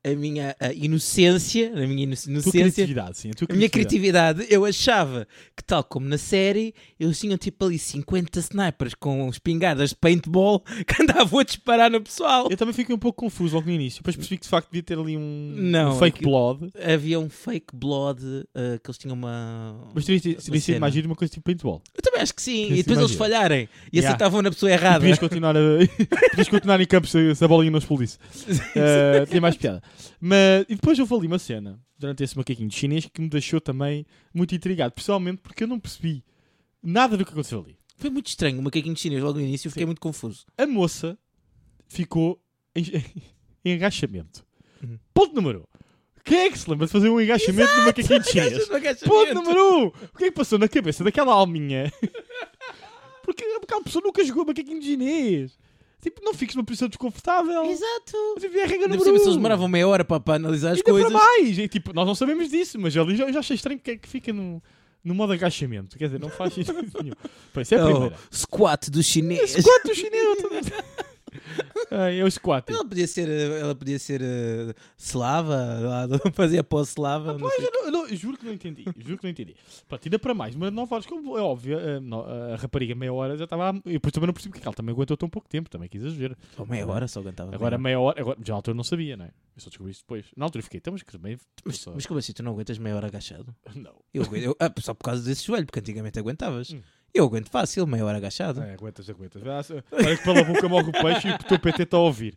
[SPEAKER 2] a minha ah, inocência, a minha ino-
[SPEAKER 3] A tua
[SPEAKER 2] inocência,
[SPEAKER 3] criatividade, sim. A, tua
[SPEAKER 2] a minha
[SPEAKER 3] criatividade.
[SPEAKER 2] criatividade, eu achava que, tal como na série, eles tinham tipo ali 50 snipers com espingardas de paintball *laughs* que andavam a disparar no pessoal.
[SPEAKER 3] Eu também fiquei um pouco confuso logo no início. Depois percebi que de facto devia ter ali um,
[SPEAKER 2] Não, é
[SPEAKER 3] um fake
[SPEAKER 2] aquilo-
[SPEAKER 3] blood.
[SPEAKER 2] Havia um fake blood eh, que eles tinham uma.
[SPEAKER 3] Mas teria, teria
[SPEAKER 2] Uma
[SPEAKER 3] sido
[SPEAKER 2] cena.
[SPEAKER 3] mais giro uma coisa tipo paintball.
[SPEAKER 2] Eu também acho que sim.
[SPEAKER 3] Tinha
[SPEAKER 2] E
[SPEAKER 3] sido
[SPEAKER 2] depois
[SPEAKER 3] mais
[SPEAKER 2] eles
[SPEAKER 3] giro.
[SPEAKER 2] falharam. E
[SPEAKER 3] Yeah.
[SPEAKER 2] acertavam na pessoa
[SPEAKER 3] E
[SPEAKER 2] errada.
[SPEAKER 3] Podias continuar, a, *laughs* podias continuar em campo se, se a bolinha não explodisse. Eh, tinha mais piada. Mas, e depois houve ali uma cena durante esse macaquinho de chinês que me deixou também muito intrigado. Pessoalmente, porque eu não percebi nada do que aconteceu ali.
[SPEAKER 2] *laughs* Foi muito estranho. O macaquinho chinês logo no início. Eu fiquei muito confuso.
[SPEAKER 3] a moça ficou em, *laughs* em agachamento.
[SPEAKER 2] Uhum.
[SPEAKER 3] Ponto número um. Quem é que se lembra de fazer um agachamento no macaquinho de chinês? é Ponto número um. O que é que passou na cabeça daquela alminha? *laughs* Porque aquela pessoa nunca jogou macaquinho de chinês. Tipo, não fiques numa posição desconfortável.
[SPEAKER 2] Exato.
[SPEAKER 3] Tipo, é a regra
[SPEAKER 2] Ainda
[SPEAKER 3] número
[SPEAKER 2] por cima, se eles
[SPEAKER 3] um.
[SPEAKER 2] demoravam meia hora para, para analisar as
[SPEAKER 3] Ainda
[SPEAKER 2] coisas.
[SPEAKER 3] para mais. E, tipo, nós não sabemos disso, mas ali já, eu já achei estranho que é que fica no, no modo agachamento. Quer dizer, não faz sentido *laughs* nenhum. Pô, isso é a
[SPEAKER 2] Oh,
[SPEAKER 3] primeira. É
[SPEAKER 2] squat do chinês.
[SPEAKER 3] Squat do chinês. *laughs* Ai, é o squat.
[SPEAKER 2] Ela podia ser, eh, ela podia ser eh, slava, lá *laughs* do- fazia pós-slava. não sei.
[SPEAKER 3] Eu não- eu não- eu juro que não entendi. Juro que não entendi. Pronto, ainda para mais, demorou 9 horas, como é óbvio, a, no- a rapariga meia hora já estava. E depois também não percebi porque ela também aguentou tão pouco tempo, também que exagero.
[SPEAKER 2] Oh, meia hora só cantava.
[SPEAKER 3] é- Agora, é meia hora, agora, já na altura eu não sabia, não é? Eu só descobri isso depois. Na altura eu fiquei, estamos que também.
[SPEAKER 2] mas, mas como assim? Tu não aguentas meia hora agachado?
[SPEAKER 3] *laughs* Não.
[SPEAKER 2] Eu, aguento- eu- ah, só por causa desse joelho, porque antigamente aguentavas.
[SPEAKER 3] Hum.
[SPEAKER 2] Eu aguento fácil, meia hora agachado.
[SPEAKER 3] É, aguentas, aguentas. Ah, se- Olha que pela boca morre o peixe e o teu PT está a ouvir.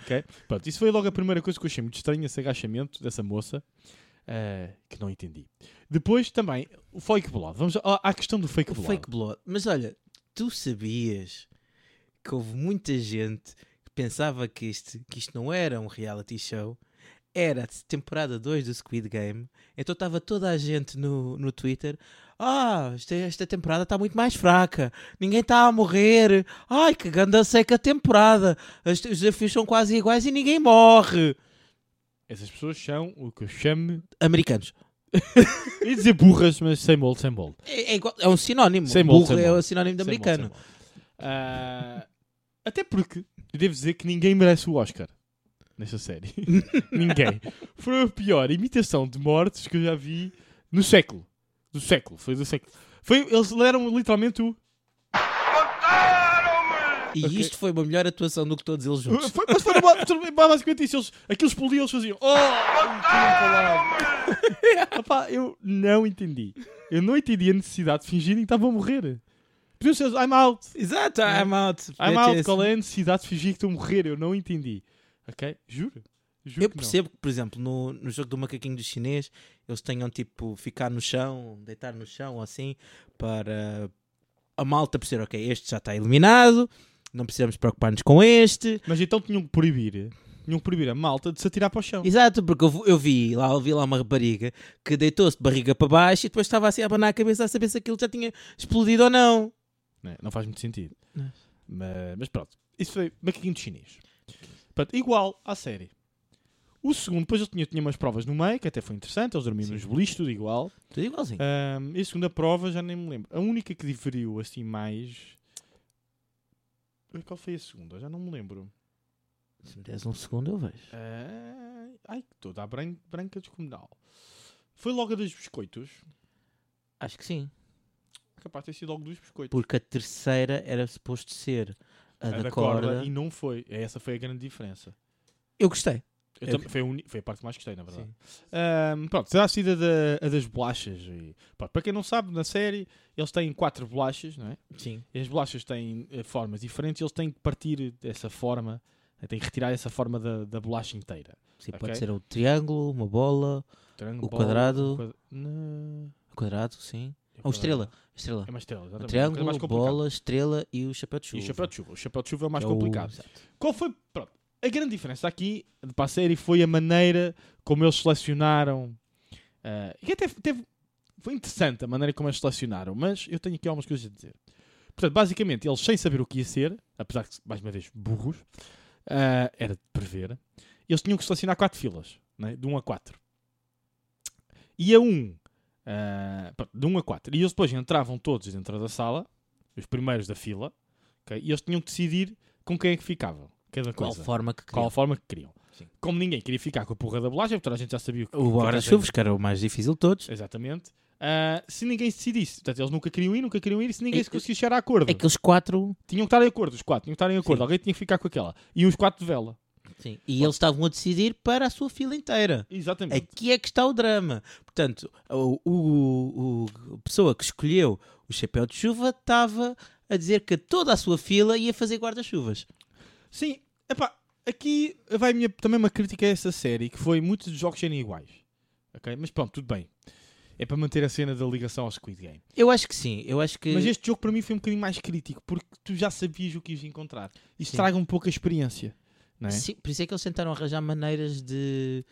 [SPEAKER 3] Ok? Pronto, isso foi logo a primeira coisa que eu achei muito estranho, esse agachamento dessa moça, ah, que não entendi. Depois também, o fake blood. Vamos à, à questão do fake
[SPEAKER 2] o
[SPEAKER 3] blood.
[SPEAKER 2] fake blood. Mas olha, tu sabias que houve muita gente que pensava que, este, que isto não era um reality show, era a temporada 2 do Squid Game, então estava toda a gente no, no Twitter. Ah, esta, esta temporada está muito mais fraca. Ninguém está a morrer. Ai, que ganda seca temporada. As- os desafios são quase iguais e ninguém morre.
[SPEAKER 3] Essas pessoas são o que eu chamo
[SPEAKER 2] Americanos.
[SPEAKER 3] E dizer burras, mas sem molde, sem molde.
[SPEAKER 2] É, é igual- é um sinónimo.
[SPEAKER 3] Sem
[SPEAKER 2] Burro
[SPEAKER 3] molde, sem
[SPEAKER 2] é o
[SPEAKER 3] molde.
[SPEAKER 2] sinónimo de
[SPEAKER 3] Sem molde, sem
[SPEAKER 2] americano.
[SPEAKER 3] molde. Ah, até porque, eu devo dizer que ninguém merece o Oscar nesta série. *laughs* ninguém. Foi a pior imitação de mortes que eu já vi no século. Do século, foi do século. Foi, eles leram literalmente o.
[SPEAKER 2] E
[SPEAKER 3] Ok.
[SPEAKER 2] isto foi uma melhor atuação do que todos eles
[SPEAKER 3] *laughs*
[SPEAKER 2] juntos.
[SPEAKER 3] Foi, mas foi ba- foi basicamente isso. Eles, aquilo explodia, eles faziam. Oh! e tinham falado. Epá, eu não entendi. Eu não entendi a necessidade de fingirem que estavam a morrer. Podiam ser, I'm out.
[SPEAKER 2] Exato, I'm out. é
[SPEAKER 3] é
[SPEAKER 2] assim.
[SPEAKER 3] I'm out, qual é a necessidade de fingir que estou a morrer? Eu não entendi. Ok? Juro. Juro
[SPEAKER 2] Eu
[SPEAKER 3] que não.
[SPEAKER 2] percebo que, por exemplo, no, no jogo do macaquinho do chinês, eles tenham tipo ficar no chão, deitar no chão ou assim, para a malta perceber, ok, este já está eliminado, não precisamos preocupar-nos com este.
[SPEAKER 3] Mas então tinham que proibir. Tinham que proibir a malta de se atirar para o chão.
[SPEAKER 2] Exato, porque eu, vi- eu vi lá, eu vi lá uma rapariga que deitou-se de barriga para baixo e depois estava assim a abanar a cabeça a saber se aquilo já tinha explodido ou não.
[SPEAKER 3] Né? Não faz muito sentido.
[SPEAKER 2] Não. é.
[SPEAKER 3] Mas, mas pronto. Isso foi macaquinho de chinês. Pronto, igual à série. O segundo, depois eu tinha, tinha umas provas no meio, que até foi interessante. Eles dormiam
[SPEAKER 2] Sim.
[SPEAKER 3] nos boliches, tudo igual.
[SPEAKER 2] Tudo igualzinho.
[SPEAKER 3] Ahm, e a segunda prova, já nem me lembro. A única que diferiu assim mais. Ui, Qual foi a segunda? Já não me lembro.
[SPEAKER 2] Se me deres um segundo eu vejo.
[SPEAKER 3] Ah, ai, que toda a bran- branca descomunal. Foi logo a dos biscoitos.
[SPEAKER 2] Acho que sim.
[SPEAKER 3] Capaz de ter sido logo dos biscoitos.
[SPEAKER 2] Porque a terceira era suposto ser a,
[SPEAKER 3] a
[SPEAKER 2] da, corda.
[SPEAKER 3] e não foi. É, Essa foi a grande diferença.
[SPEAKER 2] Eu gostei.
[SPEAKER 3] Eu
[SPEAKER 2] É
[SPEAKER 3] também-
[SPEAKER 2] que-
[SPEAKER 3] foi, a uni- foi a parte que mais gostei, na verdade.
[SPEAKER 2] Sim.
[SPEAKER 3] Ahm, pronto, será a saída da, a das bolachas. E, pá, para quem não sabe, na série eles têm quatro bolachas, não é?
[SPEAKER 2] Sim.
[SPEAKER 3] E as bolachas têm eh, formas diferentes, eles têm que partir dessa forma, eh, têm que retirar essa forma da, da bolacha inteira.
[SPEAKER 2] Sim,
[SPEAKER 3] Ok.
[SPEAKER 2] pode ser o triângulo, uma bola,
[SPEAKER 3] Triângulo,
[SPEAKER 2] O quadrado.
[SPEAKER 3] o quadra- Não,
[SPEAKER 2] o quadrado, sim.
[SPEAKER 3] é
[SPEAKER 2] Ou
[SPEAKER 3] quadrado.
[SPEAKER 2] estrela. Estrela.
[SPEAKER 3] É uma estrela,
[SPEAKER 2] O
[SPEAKER 3] exatamente.
[SPEAKER 2] triângulo,
[SPEAKER 3] Uma coisa mais complicada.
[SPEAKER 2] bola, estrela e o chapéu de
[SPEAKER 3] E
[SPEAKER 2] chuva.
[SPEAKER 3] o chapéu de chuva. O chapéu de chuva é o mais
[SPEAKER 2] que é o-
[SPEAKER 3] complicado.
[SPEAKER 2] Exato.
[SPEAKER 3] Qual foi. Pronto, a grande diferença aqui para a série foi a maneira como eles selecionaram. ah, e até teve- foi interessante a maneira como eles selecionaram, mas eu tenho aqui algumas coisas a dizer. Portanto, basicamente, eles sem saber o que ia ser, apesar de, mais uma vez, burros, ah, era de prever, eles tinham que selecionar quatro filas, né? de 1 a 4. E a 1, ah, pronto, de 1 a 4. E eles depois entravam todos dentro da sala, os primeiros da fila, ok? e eles tinham que decidir com quem é que ficavam, cada
[SPEAKER 2] Qual
[SPEAKER 3] coisa.
[SPEAKER 2] forma que
[SPEAKER 3] Qual a
[SPEAKER 2] queriam.
[SPEAKER 3] forma que queriam.
[SPEAKER 2] Sim.
[SPEAKER 3] Como ninguém queria ficar com a porra da bolacha, portanto a gente já sabia o que
[SPEAKER 2] O
[SPEAKER 3] que
[SPEAKER 2] guarda-chuvas, que era o mais difícil de todos.
[SPEAKER 3] Exatamente. Ah, se ninguém se decidisse, portanto eles nunca queriam ir, nunca queriam ir, se ninguém
[SPEAKER 2] É-
[SPEAKER 3] se conseguisse chegar a acordo,
[SPEAKER 2] Aqueles quatro.
[SPEAKER 3] tinham que estar em acordo, os quatro tinham que estar em acordo,
[SPEAKER 2] Sim.
[SPEAKER 3] alguém tinha que ficar com aquela. E os quatro de vela.
[SPEAKER 2] Sim. E eles estavam a decidir para a sua fila inteira.
[SPEAKER 3] Exatamente.
[SPEAKER 2] Aqui é que está o drama. Portanto, o, o- o- a pessoa que escolheu o chapéu de chuva estava a dizer que toda a sua fila ia fazer guarda-chuvas.
[SPEAKER 3] Sim, epá, aqui vai minha, também uma crítica a essa série, que foi muitos dos jogos serem iguais. Ok? Mas pronto, tudo bem. É para manter a cena da ligação ao Squid Game.
[SPEAKER 2] Eu acho que sim. Eu acho que.
[SPEAKER 3] Mas este jogo para mim foi um bocadinho mais crítico, porque tu já sabias o que ias encontrar. Isso
[SPEAKER 2] Sim.
[SPEAKER 3] traga um pouco a experiência. Não é?
[SPEAKER 2] Sim, por isso é que eles tentaram arranjar maneiras de.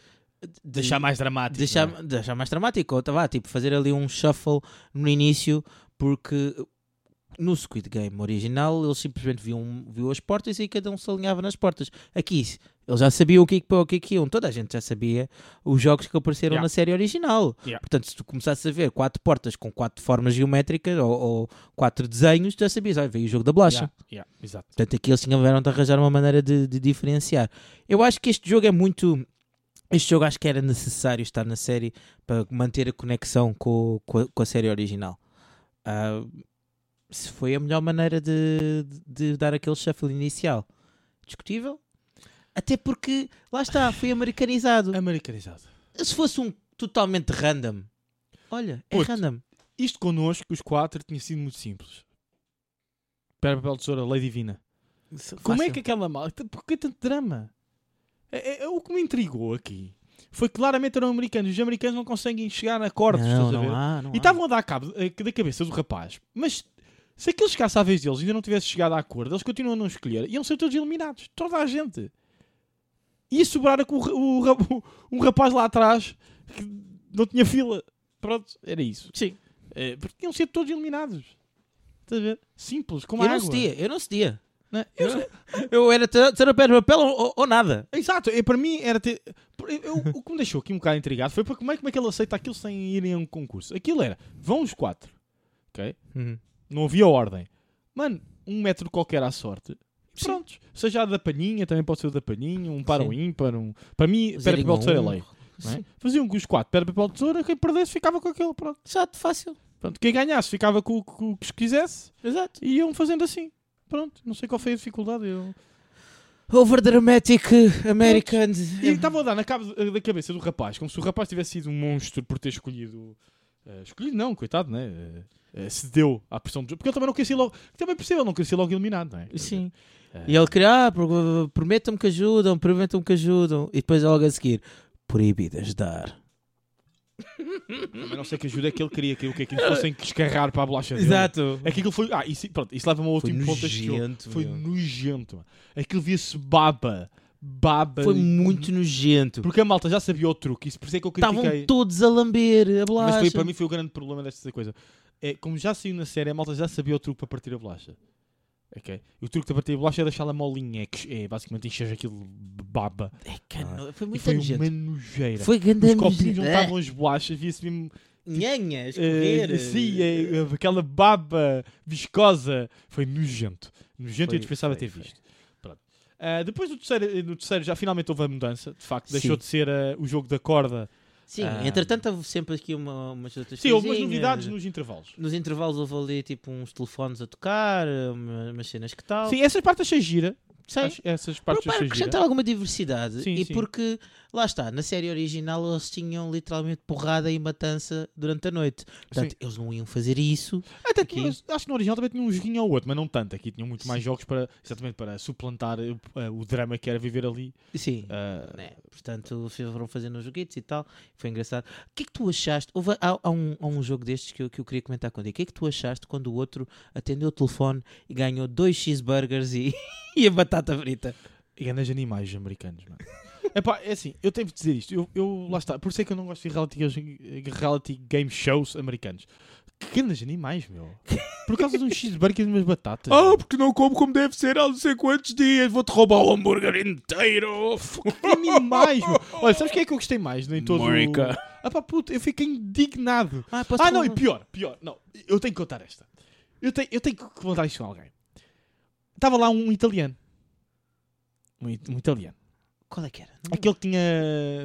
[SPEAKER 2] de-
[SPEAKER 3] Deixar mais dramático.
[SPEAKER 2] deixar,
[SPEAKER 3] não é?
[SPEAKER 2] deixar mais dramático. Ou, tá, vá, tipo, fazer ali um shuffle no início, porque no Squid Game original eles simplesmente viam, viam as portas e cada um se alinhava nas portas. Aqui eles já sabiam o que é que para o que é que iam. Toda a gente já sabia os jogos que apareceram
[SPEAKER 3] Yeah.
[SPEAKER 2] na série original.
[SPEAKER 3] Yeah.
[SPEAKER 2] Portanto, se tu começasses a ver quatro portas com quatro formas geométricas ou, ou quatro desenhos, tu já sabias, ah, veio o jogo da bolacha.
[SPEAKER 3] Yeah, yeah, exato.
[SPEAKER 2] Portanto, aqui eles tiveram de arranjar uma maneira de, de diferenciar. Eu acho que este jogo é muito. Este jogo acho que era necessário estar na série para manter a conexão com, com, a, com a série original. Ah, se foi a melhor maneira de, de, de dar aquele shuffle inicial. Discutível? Até porque, lá está, foi americanizado.
[SPEAKER 3] Americanizado.
[SPEAKER 2] Se fosse um totalmente random, olha, é
[SPEAKER 3] Puto.
[SPEAKER 2] random.
[SPEAKER 3] Isto connosco, os quatro, tinha sido muito simples. Pedra, papel, tesoura, lei divina. Como é que aquela malta... Por que tanto drama? É, é- é o que me intrigou aqui foi que claramente eram americanos. Os americanos não conseguem chegar a acordos, estás
[SPEAKER 2] não,
[SPEAKER 3] a ver?
[SPEAKER 2] não há, não
[SPEAKER 3] E
[SPEAKER 2] há.
[SPEAKER 3] estavam a dar cabo eh, da cabeça do rapaz. Mas se aquele chegasse à vez deles e ainda não tivesse chegado a acordo, eles continuam a não escolher. Iam ser todos eliminados. Toda a gente. Ia sobrar com o, ra- o ra- *laughs* o- um rapaz lá atrás que não tinha fila. Pronto, era isso.
[SPEAKER 2] Sim.
[SPEAKER 3] Eh, porque iam ser todos eliminados. Estás a ver? Simples, como
[SPEAKER 2] eu
[SPEAKER 3] a
[SPEAKER 2] não
[SPEAKER 3] água.
[SPEAKER 2] cedia, eu não cedia.
[SPEAKER 3] Não é? Eu-
[SPEAKER 2] Eu, eu era ter ter a pedra, papel ou, ou- ou nada.
[SPEAKER 3] Exato, é, para mim era ter. por- eu- o que me deixou aqui um bocado intrigado foi para como é, como é que ele aceita aquilo sem irem a um concurso. Aquilo era, vão os quatro, ok? Não havia ordem. Mano, um metro qualquer à sorte.
[SPEAKER 2] Sim.
[SPEAKER 3] Prontos. Seja a da paninha, também pode ser o da paninha, um para
[SPEAKER 2] Sim.
[SPEAKER 3] ou ímpar, um... Para mim,
[SPEAKER 2] Zero
[SPEAKER 3] pedra,
[SPEAKER 2] em
[SPEAKER 3] papel,
[SPEAKER 2] um.
[SPEAKER 3] tesoura é lei. não é?
[SPEAKER 2] Sim.
[SPEAKER 3] Faziam com os quatro pedra, papel, tesoura, quem perdesse ficava com aquele, pronto.
[SPEAKER 2] Exato, fácil.
[SPEAKER 3] pronto. Quem ganhasse ficava com o- com o que quisesse
[SPEAKER 2] Exato.
[SPEAKER 3] e iam fazendo assim. Pronto, não sei qual foi a dificuldade. Eu...
[SPEAKER 2] Overdramatic uh, American.
[SPEAKER 3] E estava a dar na cabo da cabeça do rapaz, como se o rapaz tivesse sido um monstro por ter escolhido. eh, escolhido não, coitado, né? Eh, eh, cedeu à pressão do jogo. Porque ele também não queria ser logo. Também percebo, ele não queria ser logo eliminado, não é?
[SPEAKER 2] Sim. E ele queria, ah, pro- prometam-me que ajudam, prometam-me que ajudam. E depois logo a seguir, proibido ajudar.
[SPEAKER 3] Mas não sei que ajuda é que ele queria, que, o que é que eles fossem descarrar para a bolacha dele.
[SPEAKER 2] Exato.
[SPEAKER 3] É que aquilo foi. Ah, isso, pronto, isso leva-me ao
[SPEAKER 2] Foi
[SPEAKER 3] último ponto deste jogo.
[SPEAKER 2] nojento,
[SPEAKER 3] Foi
[SPEAKER 2] meu.
[SPEAKER 3] nojento, mano. Aquilo via-se baba. Baba.
[SPEAKER 2] Foi
[SPEAKER 3] e-
[SPEAKER 2] muito um nojento.
[SPEAKER 3] Porque a malta já sabia o truque, isso por isso é que eu
[SPEAKER 2] Estavam
[SPEAKER 3] critiquei.
[SPEAKER 2] todos a lamber a bolacha.
[SPEAKER 3] Mas foi, para mim foi o grande problema desta coisa. É, como já saiu na série, a malta já sabia o truque para partir a bolacha. Ok? E o truque para partir a bolacha é deixá-la molinha, é, que- é basicamente encher aquilo de baba.
[SPEAKER 2] É que não-
[SPEAKER 3] Ah. E
[SPEAKER 2] foi muito
[SPEAKER 3] foi uma
[SPEAKER 2] nojento.
[SPEAKER 3] nojeira.
[SPEAKER 2] Foi grande
[SPEAKER 3] Os copinhos
[SPEAKER 2] nojento. É. Ah,
[SPEAKER 3] juntavam as bolachas, via-se mesmo.
[SPEAKER 2] Nhanha,
[SPEAKER 3] tipo, eh,
[SPEAKER 2] escorrer.
[SPEAKER 3] sim, eh, aquela baba viscosa. Foi nojento. Nojento e
[SPEAKER 2] Foi,
[SPEAKER 3] eu dispensava
[SPEAKER 2] foi,
[SPEAKER 3] ter
[SPEAKER 2] foi.
[SPEAKER 3] visto. Pronto. Ah, depois do terceiro, no terceiro já finalmente houve a mudança, de facto,
[SPEAKER 2] Sim.
[SPEAKER 3] deixou de ser ah, o jogo da corda.
[SPEAKER 2] Sim,
[SPEAKER 3] Ah.
[SPEAKER 2] entretanto houve sempre aqui uma, umas outras
[SPEAKER 3] Sim, houve umas
[SPEAKER 2] coisinhas.
[SPEAKER 3] novidades nos intervalos.
[SPEAKER 2] Nos intervalos houve ali tipo uns telefones a tocar, uma- umas cenas que tal.
[SPEAKER 3] Sim, essas partes achei gira.
[SPEAKER 2] Sim.
[SPEAKER 3] Acho- Essas
[SPEAKER 2] Para,
[SPEAKER 3] partes
[SPEAKER 2] para
[SPEAKER 3] achei gira.
[SPEAKER 2] acrescentar alguma diversidade.
[SPEAKER 3] Sim,
[SPEAKER 2] e
[SPEAKER 3] sim.
[SPEAKER 2] porque, lá está, na série original eles tinham literalmente porrada e matança durante a noite. Portanto,
[SPEAKER 3] Sim.
[SPEAKER 2] eles não iam fazer isso.
[SPEAKER 3] Até
[SPEAKER 2] aqui.
[SPEAKER 3] que, mas acho que no original também tinha um joguinho ao outro, mas não tanto. Aqui tinham muito mais jogos para, exatamente, para suplantar eh, eh, o drama que era viver ali.
[SPEAKER 2] Sim.
[SPEAKER 3] Ah,
[SPEAKER 2] né? Portanto, foram fazendo os joguetes e tal. Foi engraçado. O que é que tu achaste? Houve, há, há um, há um jogo destes que eu, que eu queria comentar contigo. O que é que tu achaste quando o outro atendeu o telefone e ganhou dois cheeseburgers e, *laughs* e a batata frita?
[SPEAKER 3] E grandes animais americanos, mano. *laughs* Epá, é assim, eu tenho de dizer isto. Eu, eu- lá está, por isso é que eu não gosto de reality, reality game shows americanos. Que grandes animais, meu. Por causa de um cheeseburger e de umas batatas.
[SPEAKER 2] Oh,
[SPEAKER 3] meu.
[SPEAKER 1] Ah, porque não como como deve ser há não sei quantos dias. Vou-te roubar o hambúrguer inteiro.
[SPEAKER 3] Que animais,
[SPEAKER 2] *laughs*
[SPEAKER 3] meu. Olha, sabes o que é que eu gostei mais em todo
[SPEAKER 1] America.
[SPEAKER 3] o... Ah pá, puto, eu fiquei indignado.
[SPEAKER 2] Ah, posso
[SPEAKER 3] ah, não, e
[SPEAKER 2] falar?
[SPEAKER 3] pior, pior. Não, eu tenho que contar esta. Eu tenho, eu tenho que contar isto a alguém. Estava lá um italiano. Um it- um italiano.
[SPEAKER 2] Qual é que era? Não-
[SPEAKER 3] Aquele que tinha.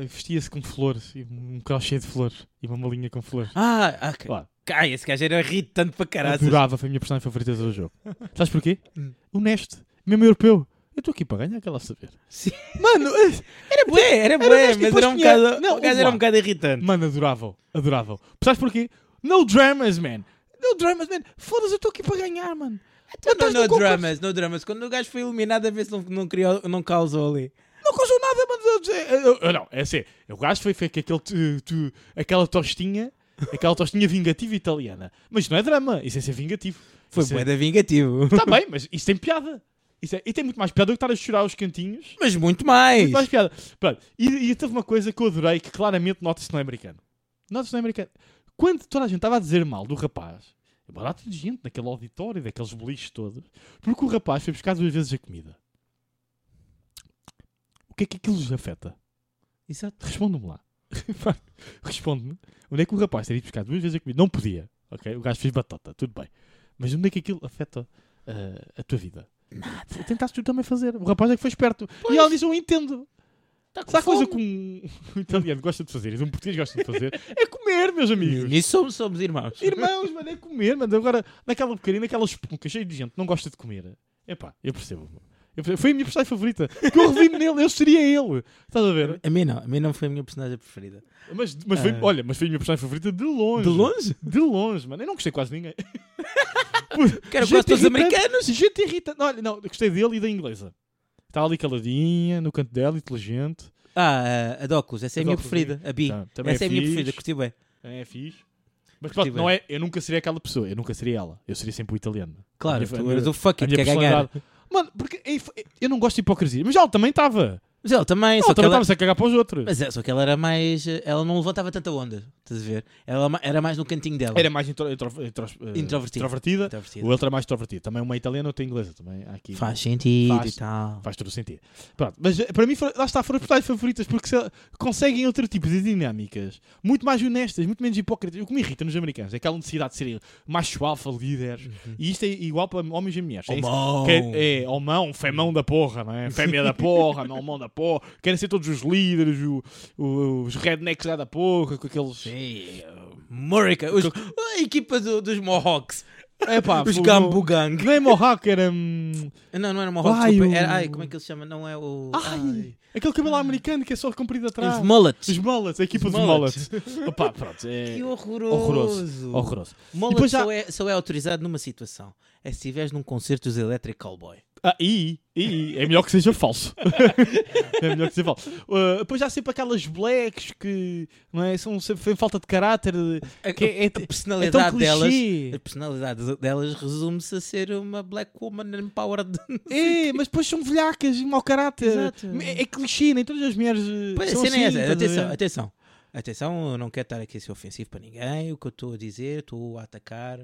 [SPEAKER 3] vestia-se com flores, e um crochê de flores e uma malinha com flores.
[SPEAKER 2] Ah, ok.
[SPEAKER 3] Claro.
[SPEAKER 2] Cai, esse gajo era irritante para caralho.
[SPEAKER 3] Adorava, foi a minha personagem favorita do
[SPEAKER 2] *laughs*
[SPEAKER 3] jogo. Sabes porquê?
[SPEAKER 2] Hum.
[SPEAKER 3] Honesto, mesmo europeu. Eu estou aqui para ganhar, aquela a saber.
[SPEAKER 2] Sim.
[SPEAKER 3] Mano, eh,
[SPEAKER 2] Era bué, era bué,
[SPEAKER 3] honesto e
[SPEAKER 2] mas
[SPEAKER 3] depois
[SPEAKER 2] era um
[SPEAKER 3] tinha-
[SPEAKER 2] bocado.
[SPEAKER 3] Não,
[SPEAKER 2] o gajo era um
[SPEAKER 3] vamos
[SPEAKER 2] bocado irritante.
[SPEAKER 3] mano, adorável, adorável. Sabes porquê? No dramas, man. No dramas, man. Foda-se, eu estou aqui para ganhar, mano. Mas
[SPEAKER 2] Então Não,
[SPEAKER 3] estás no
[SPEAKER 2] no
[SPEAKER 3] concurso.
[SPEAKER 2] dramas, no dramas. Quando o gajo foi eliminado, a ver se não, não, criou, não causou ali.
[SPEAKER 3] Não causou nada, mano. Eu- eu- eu- não, é assim. O gajo foi feito aquele, tu- tu- aquela tostinha, aquela tostinha vingativa italiana. Mas isso não é drama, isso é ser vingativo.
[SPEAKER 2] Foi
[SPEAKER 3] Isso é-
[SPEAKER 2] bué da vingativo.
[SPEAKER 3] Está Tá bem, mas isso tem piada. Isso é- e tem muito mais piada do que estar a chorar aos cantinhos.
[SPEAKER 2] Mas muito mais.
[SPEAKER 3] Muito mais piada. Pronto. E, e teve uma coisa que eu adorei que claramente nota-se que não é americano. Nota-se que não é americano. Quando toda a gente estava a dizer mal do rapaz, embora há toda gente naquele auditório, daqueles boliches todos, porque o rapaz foi buscar duas vezes a comida. O que é que aquilo lhes afeta?
[SPEAKER 2] Exato.
[SPEAKER 3] Responde-me lá. *laughs* Responde-me. Onde é que o rapaz teria ido buscar duas vezes a comida? Não podia. ok? O gajo fez batata, tudo bem. Mas onde é que aquilo afeta ah, a tua vida? Nada. Tentaste tu também fazer. O rapaz é que foi esperto. E ela diz: Eu entendo.
[SPEAKER 2] Tá com
[SPEAKER 3] Se há coisa
[SPEAKER 2] fome.
[SPEAKER 3] que um um *laughs* italiano gosta de fazer e de um português gosta de
[SPEAKER 2] *laughs*
[SPEAKER 3] fazer, é comer, meus amigos.
[SPEAKER 2] Nisso somos, somos irmãos.
[SPEAKER 3] Irmãos, mano, é comer, mano. Agora, naquela bocadinha, naquela esponca cheia de gente que não gosta de comer. Epá, eu percebo. Eu percebo. Foi a minha personagem favorita. Que eu revi nele, eu seria ele. Estás a ver?
[SPEAKER 2] A mim não, a mim não foi a minha personagem preferida.
[SPEAKER 3] Mas, mas foi,
[SPEAKER 2] Ah.
[SPEAKER 3] olha, mas foi a minha personagem favorita de longe. De longe, mano. Eu não gostei quase de ninguém. Puta,
[SPEAKER 2] Quero
[SPEAKER 3] gente é
[SPEAKER 2] gosto dos
[SPEAKER 3] irritante,
[SPEAKER 2] americanos.
[SPEAKER 3] Gente irritante. Olha, não, eu gostei dele e da inglesa. Estava ali caladinha, no canto dela, inteligente.
[SPEAKER 2] Ah, a- a Docus, essa é a
[SPEAKER 3] A
[SPEAKER 2] minha
[SPEAKER 3] Docus,
[SPEAKER 2] preferida. A Bi.
[SPEAKER 3] Tá, também
[SPEAKER 2] Essa é a minha
[SPEAKER 3] fixe.
[SPEAKER 2] preferida, curti bem.
[SPEAKER 3] É fixe. Mas
[SPEAKER 2] Curti
[SPEAKER 3] pronto, não é, eu nunca seria aquela pessoa, eu nunca seria ela. Eu seria sempre o italiano. A minha-
[SPEAKER 2] Claro, tu
[SPEAKER 3] a
[SPEAKER 2] eras
[SPEAKER 3] minha-
[SPEAKER 2] o fuck
[SPEAKER 3] a
[SPEAKER 2] it,
[SPEAKER 3] minha
[SPEAKER 2] quer ganhar.
[SPEAKER 3] personalidade. Mano, porque é inf- eu não gosto de hipocrisia. Mas ela também estava.
[SPEAKER 2] Mas ela também,
[SPEAKER 3] Ela
[SPEAKER 2] É, só que
[SPEAKER 3] também
[SPEAKER 2] ela...
[SPEAKER 3] estava-se a cagar para os outros.
[SPEAKER 2] Mas é, só que ela era mais. eh, Ela não levantava tanta onda, estás a ver? Ela ma- era mais no cantinho dela. Tá
[SPEAKER 3] Era mais intro, intro- intros- eh,
[SPEAKER 2] Introvertida.
[SPEAKER 3] introvertida.
[SPEAKER 2] Introvertida.
[SPEAKER 3] O outro é mais introvertido. Também uma italiana, outra inglesa. Também há aqui.
[SPEAKER 2] Faz sentido
[SPEAKER 3] Faz.
[SPEAKER 2] e tal.
[SPEAKER 3] Faz todo o sentido. Pronto, mas eh, para mim foram- lá está, foram as personagens favoritas porque se- conseguem outro tipo de dinâmicas muito mais honestas, muito menos hipócritas. O que me irrita nos americanos é aquela necessidade de ser macho alfa, líderes.
[SPEAKER 2] Uhum.
[SPEAKER 3] E isto é igual para homens e mulheres. É isso
[SPEAKER 2] Homão.
[SPEAKER 3] que é, é homão, femão da porra, não é? Fêmea da porra, não, homão da porra. Querem ser todos os líderes, o- o- os rednecks lá da porra, com aqueles.
[SPEAKER 2] Sim, Murica, os- a equipa do- dos Mohawks,
[SPEAKER 3] Epá,
[SPEAKER 2] os
[SPEAKER 3] foi-
[SPEAKER 2] Gambu Gang.
[SPEAKER 3] Não é Mohawk, era. hum,
[SPEAKER 2] Não, não era Mohawks,
[SPEAKER 3] Ai,
[SPEAKER 2] desculpa,
[SPEAKER 3] o-
[SPEAKER 2] era- ai, como é que ele se chama? Não é o.
[SPEAKER 3] Ai, aquele cabelo americano que é só comprido
[SPEAKER 2] ai,
[SPEAKER 3] atrás.
[SPEAKER 2] Os Mullets.
[SPEAKER 3] Os mullets, a equipa
[SPEAKER 2] Os
[SPEAKER 3] dos
[SPEAKER 2] mullets.
[SPEAKER 3] mullets. Opa, pronto, é
[SPEAKER 2] *laughs* Que horroroso.
[SPEAKER 3] horroroso. horroroso.
[SPEAKER 2] Mullet
[SPEAKER 3] depois já-
[SPEAKER 2] só, é, só é autorizado numa situação: é se estiveres num concerto dos Electric Cowboy.
[SPEAKER 3] Ah, e, e, e é melhor que seja falso. *laughs* é melhor que seja falso. Uh, depois há sempre aquelas blacks que não é, são sempre têm falta de caráter.
[SPEAKER 2] A,
[SPEAKER 3] Que é, é,
[SPEAKER 2] a
[SPEAKER 3] é tão
[SPEAKER 2] personalidade delas. A *laughs*
[SPEAKER 3] clichê.
[SPEAKER 2] personalidade delas resume-se a ser uma black woman empowered.
[SPEAKER 3] É, mas depois são velhacas e mau caráter.
[SPEAKER 2] Exato.
[SPEAKER 3] É, é clichê, nem todas as mulheres. uh,
[SPEAKER 2] Pois,
[SPEAKER 3] são
[SPEAKER 2] a cena
[SPEAKER 3] assim,
[SPEAKER 2] é essa.
[SPEAKER 3] estás a
[SPEAKER 2] Atenção,
[SPEAKER 3] ver?
[SPEAKER 2] atenção. Atenção, eu não quero estar aqui a ser ofensivo para ninguém. O que eu estou a dizer, estou a atacar.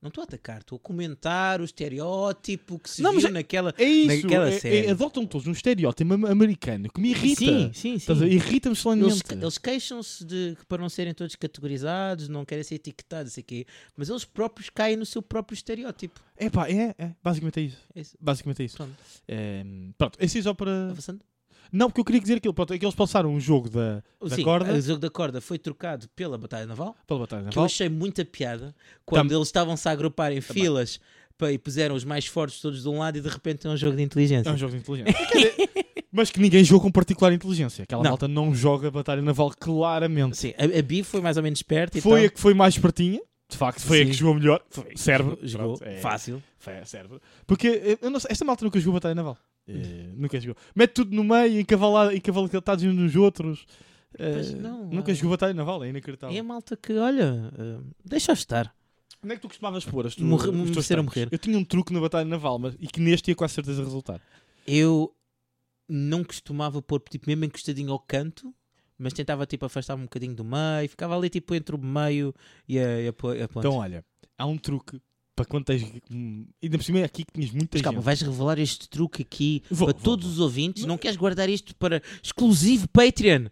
[SPEAKER 2] Não estou a atacar, estou a comentar o estereótipo que se
[SPEAKER 3] Não, mas
[SPEAKER 2] viu naquela.
[SPEAKER 3] É isso,
[SPEAKER 2] Naquela
[SPEAKER 3] é- é-
[SPEAKER 2] série.
[SPEAKER 3] adotam todos um estereótipo am- americano que me irrita.
[SPEAKER 2] Sim, sim, sim.
[SPEAKER 3] Estás a- Irrita-me
[SPEAKER 2] Eles,
[SPEAKER 3] solenemente.
[SPEAKER 2] eles queixam-se de que para não serem todos categorizados, não querem ser etiquetados, sei quê, mas eles próprios caem no seu próprio estereótipo.
[SPEAKER 3] É pá, é, é, basicamente é isso.
[SPEAKER 2] É isso.
[SPEAKER 3] Basicamente é isso.
[SPEAKER 2] Pronto.
[SPEAKER 3] É, pronto, esse é só para.
[SPEAKER 2] Avançando.
[SPEAKER 3] Não, porque eu queria dizer aquilo. Pronto, é que eles passaram um jogo da, da
[SPEAKER 2] Sim,
[SPEAKER 3] corda
[SPEAKER 2] O jogo da corda foi trocado pela Batalha Naval,
[SPEAKER 3] pela batalha
[SPEAKER 2] que eu
[SPEAKER 3] naval.
[SPEAKER 2] achei muita piada quando eles estavam-se a agrupar em filas pá, e puseram os mais fortes todos de um lado e de repente é um jogo de inteligência.
[SPEAKER 3] É um jogo de inteligência.
[SPEAKER 2] *laughs*
[SPEAKER 3] Quer dizer, Mas que ninguém joga com particular inteligência. Aquela
[SPEAKER 2] Não.
[SPEAKER 3] malta não joga batalha naval claramente.
[SPEAKER 2] Sim, a, a Bi foi mais ou menos esperta.
[SPEAKER 3] Foi a
[SPEAKER 2] então,
[SPEAKER 3] que foi mais pertinha. De facto, foi a
[SPEAKER 2] Sim.
[SPEAKER 3] que jogou melhor.
[SPEAKER 2] Foi.
[SPEAKER 3] Cérebro.
[SPEAKER 2] jogou
[SPEAKER 3] Pronto, é-
[SPEAKER 2] fácil.
[SPEAKER 3] Foi, serve. Porque eh, eu não sei, esta malta nunca jogou Batalha Naval. Eh, nunca jogou. Mete tudo no meio, encavalado- encavalcatados uns nos outros. Eh,
[SPEAKER 2] Pois não,
[SPEAKER 3] nunca
[SPEAKER 2] ah.
[SPEAKER 3] jogou Batalha Naval, é inacreditável.
[SPEAKER 2] E a malta que, olha, ah, deixa estar.
[SPEAKER 3] Onde é que tu costumavas pôr as tu,
[SPEAKER 2] Morre-
[SPEAKER 3] os teus
[SPEAKER 2] merecer a
[SPEAKER 3] tanques?
[SPEAKER 2] morrer.
[SPEAKER 3] Eu tinha um truque na Batalha Naval mas, e que neste ia com a certeza resultar.
[SPEAKER 2] Eu não costumava pôr, tipo, mesmo encostadinho ao canto, mas tentava, tipo, afastar-me um bocadinho do meio. Ficava ali, tipo, entre o meio e a, e a, po- a ponte.
[SPEAKER 3] Então, olha, há um truque para quando tens. hum, Ainda por cima é aqui que tinhas muita
[SPEAKER 2] Mas calma,
[SPEAKER 3] gente.
[SPEAKER 2] vais revelar este truque aqui
[SPEAKER 3] Vou,
[SPEAKER 2] para
[SPEAKER 3] vou,
[SPEAKER 2] todos
[SPEAKER 3] vou.
[SPEAKER 2] os ouvintes? Não queres guardar isto para exclusivo Patreon?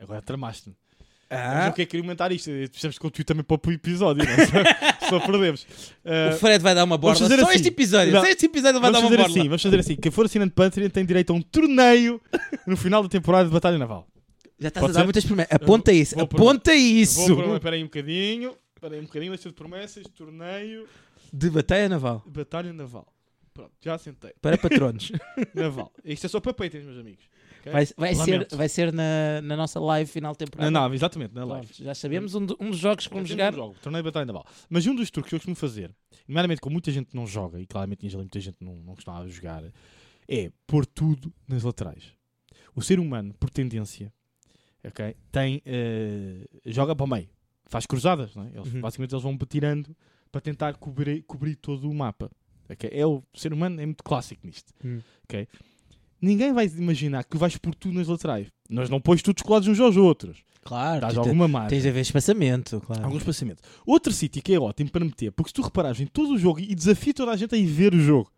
[SPEAKER 3] Agora tramaste-me. Mas
[SPEAKER 2] Ah,
[SPEAKER 3] eu quero comentar isto. eh, Precisamos de conteúdo também para o episódio, não
[SPEAKER 2] *laughs*
[SPEAKER 3] é? *laughs* só, só perdemos. Eh,
[SPEAKER 2] o Fred vai dar uma borda.
[SPEAKER 3] fazer
[SPEAKER 2] Só
[SPEAKER 3] assim.
[SPEAKER 2] este episódio.
[SPEAKER 3] Não.
[SPEAKER 2] Só este episódio ele vai
[SPEAKER 3] Vamos
[SPEAKER 2] dar uma
[SPEAKER 3] fazer
[SPEAKER 2] borda.
[SPEAKER 3] assim, vamos fazer assim. Quem for assinante Patreon tem direito a um torneio no final da temporada de Batalha Naval.
[SPEAKER 2] Já estás
[SPEAKER 3] Pode
[SPEAKER 2] a dar
[SPEAKER 3] ser?
[SPEAKER 2] muitas promessas. Aponta isso.
[SPEAKER 3] vou por uma-
[SPEAKER 2] Aponta isso.
[SPEAKER 3] Vou por- Espera aí um bocadinho. Espera aí um bocadinho, lista de promessas, torneio,
[SPEAKER 2] De batalha naval.
[SPEAKER 3] Batalha Naval. Pronto, já sentei. *laughs*
[SPEAKER 2] Para patronos.
[SPEAKER 3] Naval. Isto é só para Patreons, meus amigos. ok?
[SPEAKER 2] Vai, vai ser,
[SPEAKER 3] Lamento.
[SPEAKER 2] vai ser na, na nossa live final de temporada.
[SPEAKER 3] Na nave, exatamente, na
[SPEAKER 2] Pronto,
[SPEAKER 3] live.
[SPEAKER 2] Já sabemos um, do- um dos jogos que vamos
[SPEAKER 3] Temos um
[SPEAKER 2] jogar.
[SPEAKER 3] Jogo, torneio de Batalha Naval. Mas um dos truques que eu costumo fazer, nomeadamente com muita gente que não joga, e claramente tinha ali muita gente que não, não costumava jogar, é pôr tudo nas laterais. O ser humano, por tendência, ok, tem, eh, joga para o meio. Faz cruzadas, não é? Eles-
[SPEAKER 2] Uhum.
[SPEAKER 3] Basicamente eles vão tirando para tentar cobrir, cobrir todo o mapa. ok? É o o ser humano é muito clássico nisto.
[SPEAKER 2] Uhum.
[SPEAKER 3] ok? Ninguém vai imaginar que tu vais pôr tudo nas laterais. Nós não pões tudo colados uns aos outros.
[SPEAKER 2] Claro,
[SPEAKER 3] Estás
[SPEAKER 2] tu te-
[SPEAKER 3] alguma margem.
[SPEAKER 2] tens de haver espaçamento, claro.
[SPEAKER 3] Algum espaçamento. Outro sítio que é ótimo para meter, porque se tu reparares em todo o jogo, e desafio toda a gente a ir ver o jogo,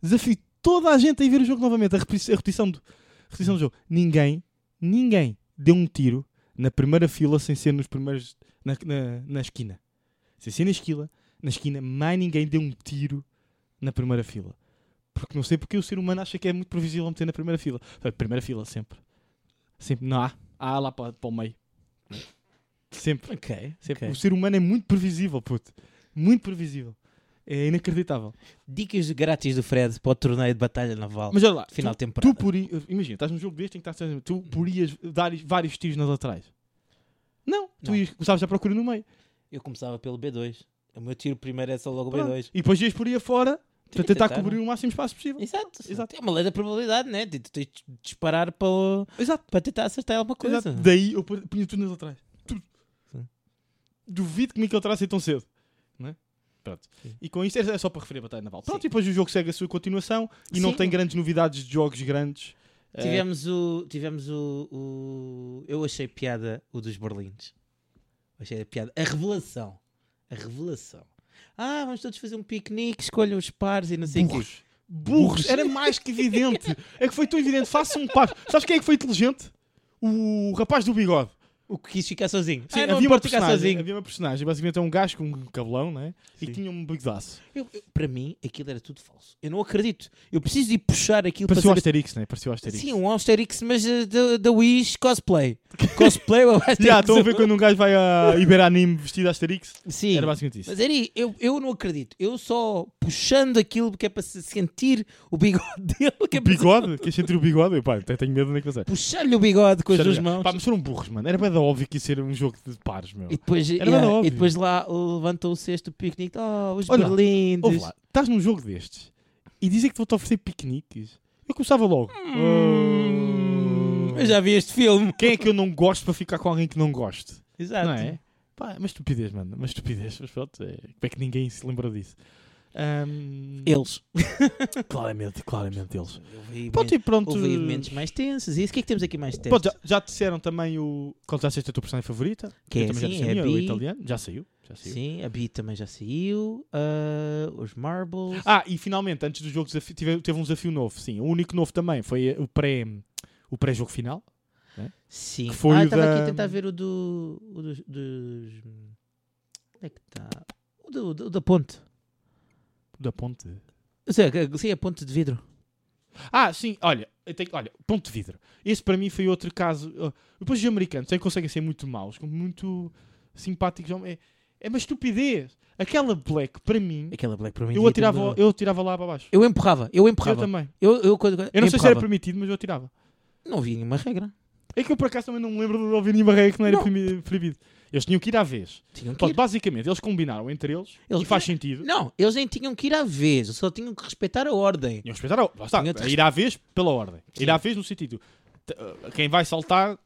[SPEAKER 3] desafio toda a gente a ir ver o jogo novamente, a repeti- a repetição do, a repetição do jogo. Ninguém, ninguém deu um tiro na primeira fila sem ser nos primeiros, na, na, na esquina. Sem ser na esquina, na esquina, mais ninguém deu um tiro na primeira fila. Porque não sei porque o ser humano acha que é muito previsível meter na primeira fila. A primeira fila, sempre. Sempre, não há. Há lá para, para o meio. Sempre.
[SPEAKER 2] Ok.
[SPEAKER 3] Sempre.
[SPEAKER 2] ok.
[SPEAKER 3] O ser humano é muito previsível, puto. Muito previsível. É inacreditável.
[SPEAKER 2] Dicas grátis do Fred para o torneio de batalha naval.
[SPEAKER 3] Mas olha lá,
[SPEAKER 2] final de
[SPEAKER 3] tu,
[SPEAKER 2] temporada. Hum.
[SPEAKER 3] tu por i- imagina, estás num jogo deste em que estás tu porias dar vários tiros nas laterais. Não, tu
[SPEAKER 2] Não.
[SPEAKER 3] ias, começavas a procurar no meio.
[SPEAKER 2] Eu começava pelo B2. O meu tiro primeiro é só logo o
[SPEAKER 3] Pronto.
[SPEAKER 2] B2.
[SPEAKER 3] E depois ias por aí afora para
[SPEAKER 2] Sim,
[SPEAKER 3] tentar
[SPEAKER 2] tentar, é?
[SPEAKER 3] cobrir o máximo espaço possível.
[SPEAKER 2] Exato.
[SPEAKER 3] Exato.
[SPEAKER 2] É uma lei da probabilidade, né? De, de, de disparar para, o-
[SPEAKER 3] Exato.
[SPEAKER 2] para tentar acertar alguma coisa.
[SPEAKER 3] exato. Daí eu pon- punha tudo nas laterais. Tudo.
[SPEAKER 2] Sim.
[SPEAKER 3] Duvido que me encontrasse assim tão cedo. Não é? Pronto.
[SPEAKER 2] Sim.
[SPEAKER 3] E com isto é só para referir a Batalha Naval. Pronto,
[SPEAKER 2] Sim.
[SPEAKER 3] e depois o jogo segue a sua continuação e não
[SPEAKER 2] Sim.
[SPEAKER 3] tem grandes novidades de jogos grandes. Eh,
[SPEAKER 2] Tivemos o. Tivemos o, o- Eu achei piada o dos Berlins. Achei a piada. A revelação. A revelação. Ah, vamos todos fazer um piquenique, escolham os pares e não sei o quê.
[SPEAKER 3] Burros. Burros. Era mais que evidente. é que foi tão evidente. Faça um par. Sabes quem é que foi inteligente? O rapaz do bigode.
[SPEAKER 2] O que quis ficar sozinho.
[SPEAKER 3] Sim,
[SPEAKER 2] ah, não
[SPEAKER 3] havia, uma
[SPEAKER 2] pode ficar
[SPEAKER 3] personagem,
[SPEAKER 2] sozinho.
[SPEAKER 3] havia uma personagem. Basicamente é um gajo com um cabelão, né? E
[SPEAKER 2] Sim.
[SPEAKER 3] que tinha um bigodaço.
[SPEAKER 2] Eu- eu- para mim, aquilo era tudo falso. Eu não acredito. Eu preciso ir puxar aquilo
[SPEAKER 3] Parecia o
[SPEAKER 2] para saber.
[SPEAKER 3] Asterix, né? Parecia o Asterix.
[SPEAKER 2] Sim, um Asterix, mas eh, da da Wish
[SPEAKER 3] *laughs*
[SPEAKER 2] cosplay. Cosplay ou Asterix.
[SPEAKER 3] Já, estão a ver quando um gajo vai
[SPEAKER 2] *laughs*
[SPEAKER 3] a Iberanime vestido a Asterix?
[SPEAKER 2] Sim.
[SPEAKER 3] Era basicamente isso.
[SPEAKER 2] Mas é Eri, eu, eu não acredito. Eu só puxando aquilo que é para se sentir o bigode *laughs* dele. Que é
[SPEAKER 3] O
[SPEAKER 2] para se-
[SPEAKER 3] bigode? Queres sentir o bigode? Eu, pá, até tenho medo de é nem pensar.
[SPEAKER 2] Puxar-lhe o bigode com as duas mãos.
[SPEAKER 3] Pá, mas foram burros, mano. Era bem óbvio que ia ser um jogo de pares, meu.
[SPEAKER 2] E depois,
[SPEAKER 3] Era
[SPEAKER 2] yeah,
[SPEAKER 3] nada óbvio.
[SPEAKER 2] e depois lá levantou o cesto do piquenique. Oh, os
[SPEAKER 3] Olha lá,
[SPEAKER 2] berlindes.
[SPEAKER 3] Ouve lá, estás num jogo destes e dizem que vão-te oferecer piqueniques. Eu começava logo. Oh.
[SPEAKER 2] Eu Hum. já vi este filme.
[SPEAKER 3] Quem é que eu não gosto para ficar com alguém que não goste?
[SPEAKER 2] Exato.
[SPEAKER 3] Não é? Pá, uma estupidez, mano. Uma estupidez. Mas pronto, é... como é que ninguém se lembrou disso? Ahm,
[SPEAKER 2] Eles.
[SPEAKER 3] Claramente, claramente eles.
[SPEAKER 2] Eu vi
[SPEAKER 3] Pronto, e pronto.
[SPEAKER 2] Houve aí momentos mais tensos. E isso, o que é que temos aqui mais tenso?
[SPEAKER 3] Pronto, já, já te disseram também o. Qual já disseste a tua personagem favorita?
[SPEAKER 2] Que é
[SPEAKER 3] Eu também já
[SPEAKER 2] assim,
[SPEAKER 3] disse a
[SPEAKER 2] é
[SPEAKER 3] minha, o
[SPEAKER 2] bi.
[SPEAKER 3] italiano. Já saiu. Já saiu.
[SPEAKER 2] Sim, a Bee também já saiu. ah, os Marbles.
[SPEAKER 3] Ah, e finalmente, antes do jogo, desafi- tive, teve um desafio novo, sim. O único novo também foi o pré- o pré-jogo final.
[SPEAKER 2] Sim.
[SPEAKER 3] que foi
[SPEAKER 2] ah,
[SPEAKER 3] o
[SPEAKER 2] estava aqui
[SPEAKER 3] da-
[SPEAKER 2] a tentar ver o do. O dos. dos- Onde é que está? O do, do- da ponte.
[SPEAKER 3] Da ponte.
[SPEAKER 2] Sim, a- Sim, a ponte de vidro.
[SPEAKER 3] Ah, sim, olha, eu tenho- olha, ponto de vidro. Esse para mim foi outro caso. Ah, Depois os americanos é que conseguem ser muito maus, como muito simpáticos. É, é uma estupidez. Aquela black, para mim,
[SPEAKER 2] Aquela Black para mim.
[SPEAKER 3] eu
[SPEAKER 2] devia ter
[SPEAKER 3] atirava,
[SPEAKER 2] mudado.
[SPEAKER 3] eu atirava lá para baixo.
[SPEAKER 2] Eu empurrava, eu
[SPEAKER 3] Eu
[SPEAKER 2] um empurrava.
[SPEAKER 3] também.
[SPEAKER 2] Eu, eu, quando-
[SPEAKER 3] Eu não sei se era
[SPEAKER 2] empurrava.
[SPEAKER 3] permitido, mas eu atirava.
[SPEAKER 2] Não vi nenhuma regra.
[SPEAKER 3] É que eu por acaso também não me lembro de ouvir nenhuma regra que não era
[SPEAKER 2] Não.
[SPEAKER 3] proibi- proibido. Eles tinham que ir à vez.
[SPEAKER 2] Tinham que
[SPEAKER 3] Pronto,
[SPEAKER 2] ir.
[SPEAKER 3] basicamente, eles combinaram entre eles,
[SPEAKER 2] Eles-
[SPEAKER 3] e faz sentido.
[SPEAKER 2] Não, eles nem tinham que ir à vez, só tinham que respeitar a ordem.
[SPEAKER 3] Iam respeitar a lá está,
[SPEAKER 2] Tinha de
[SPEAKER 3] a ir à vez pela ordem. Ir à vez no sentido. t- uh, Quem vai saltar.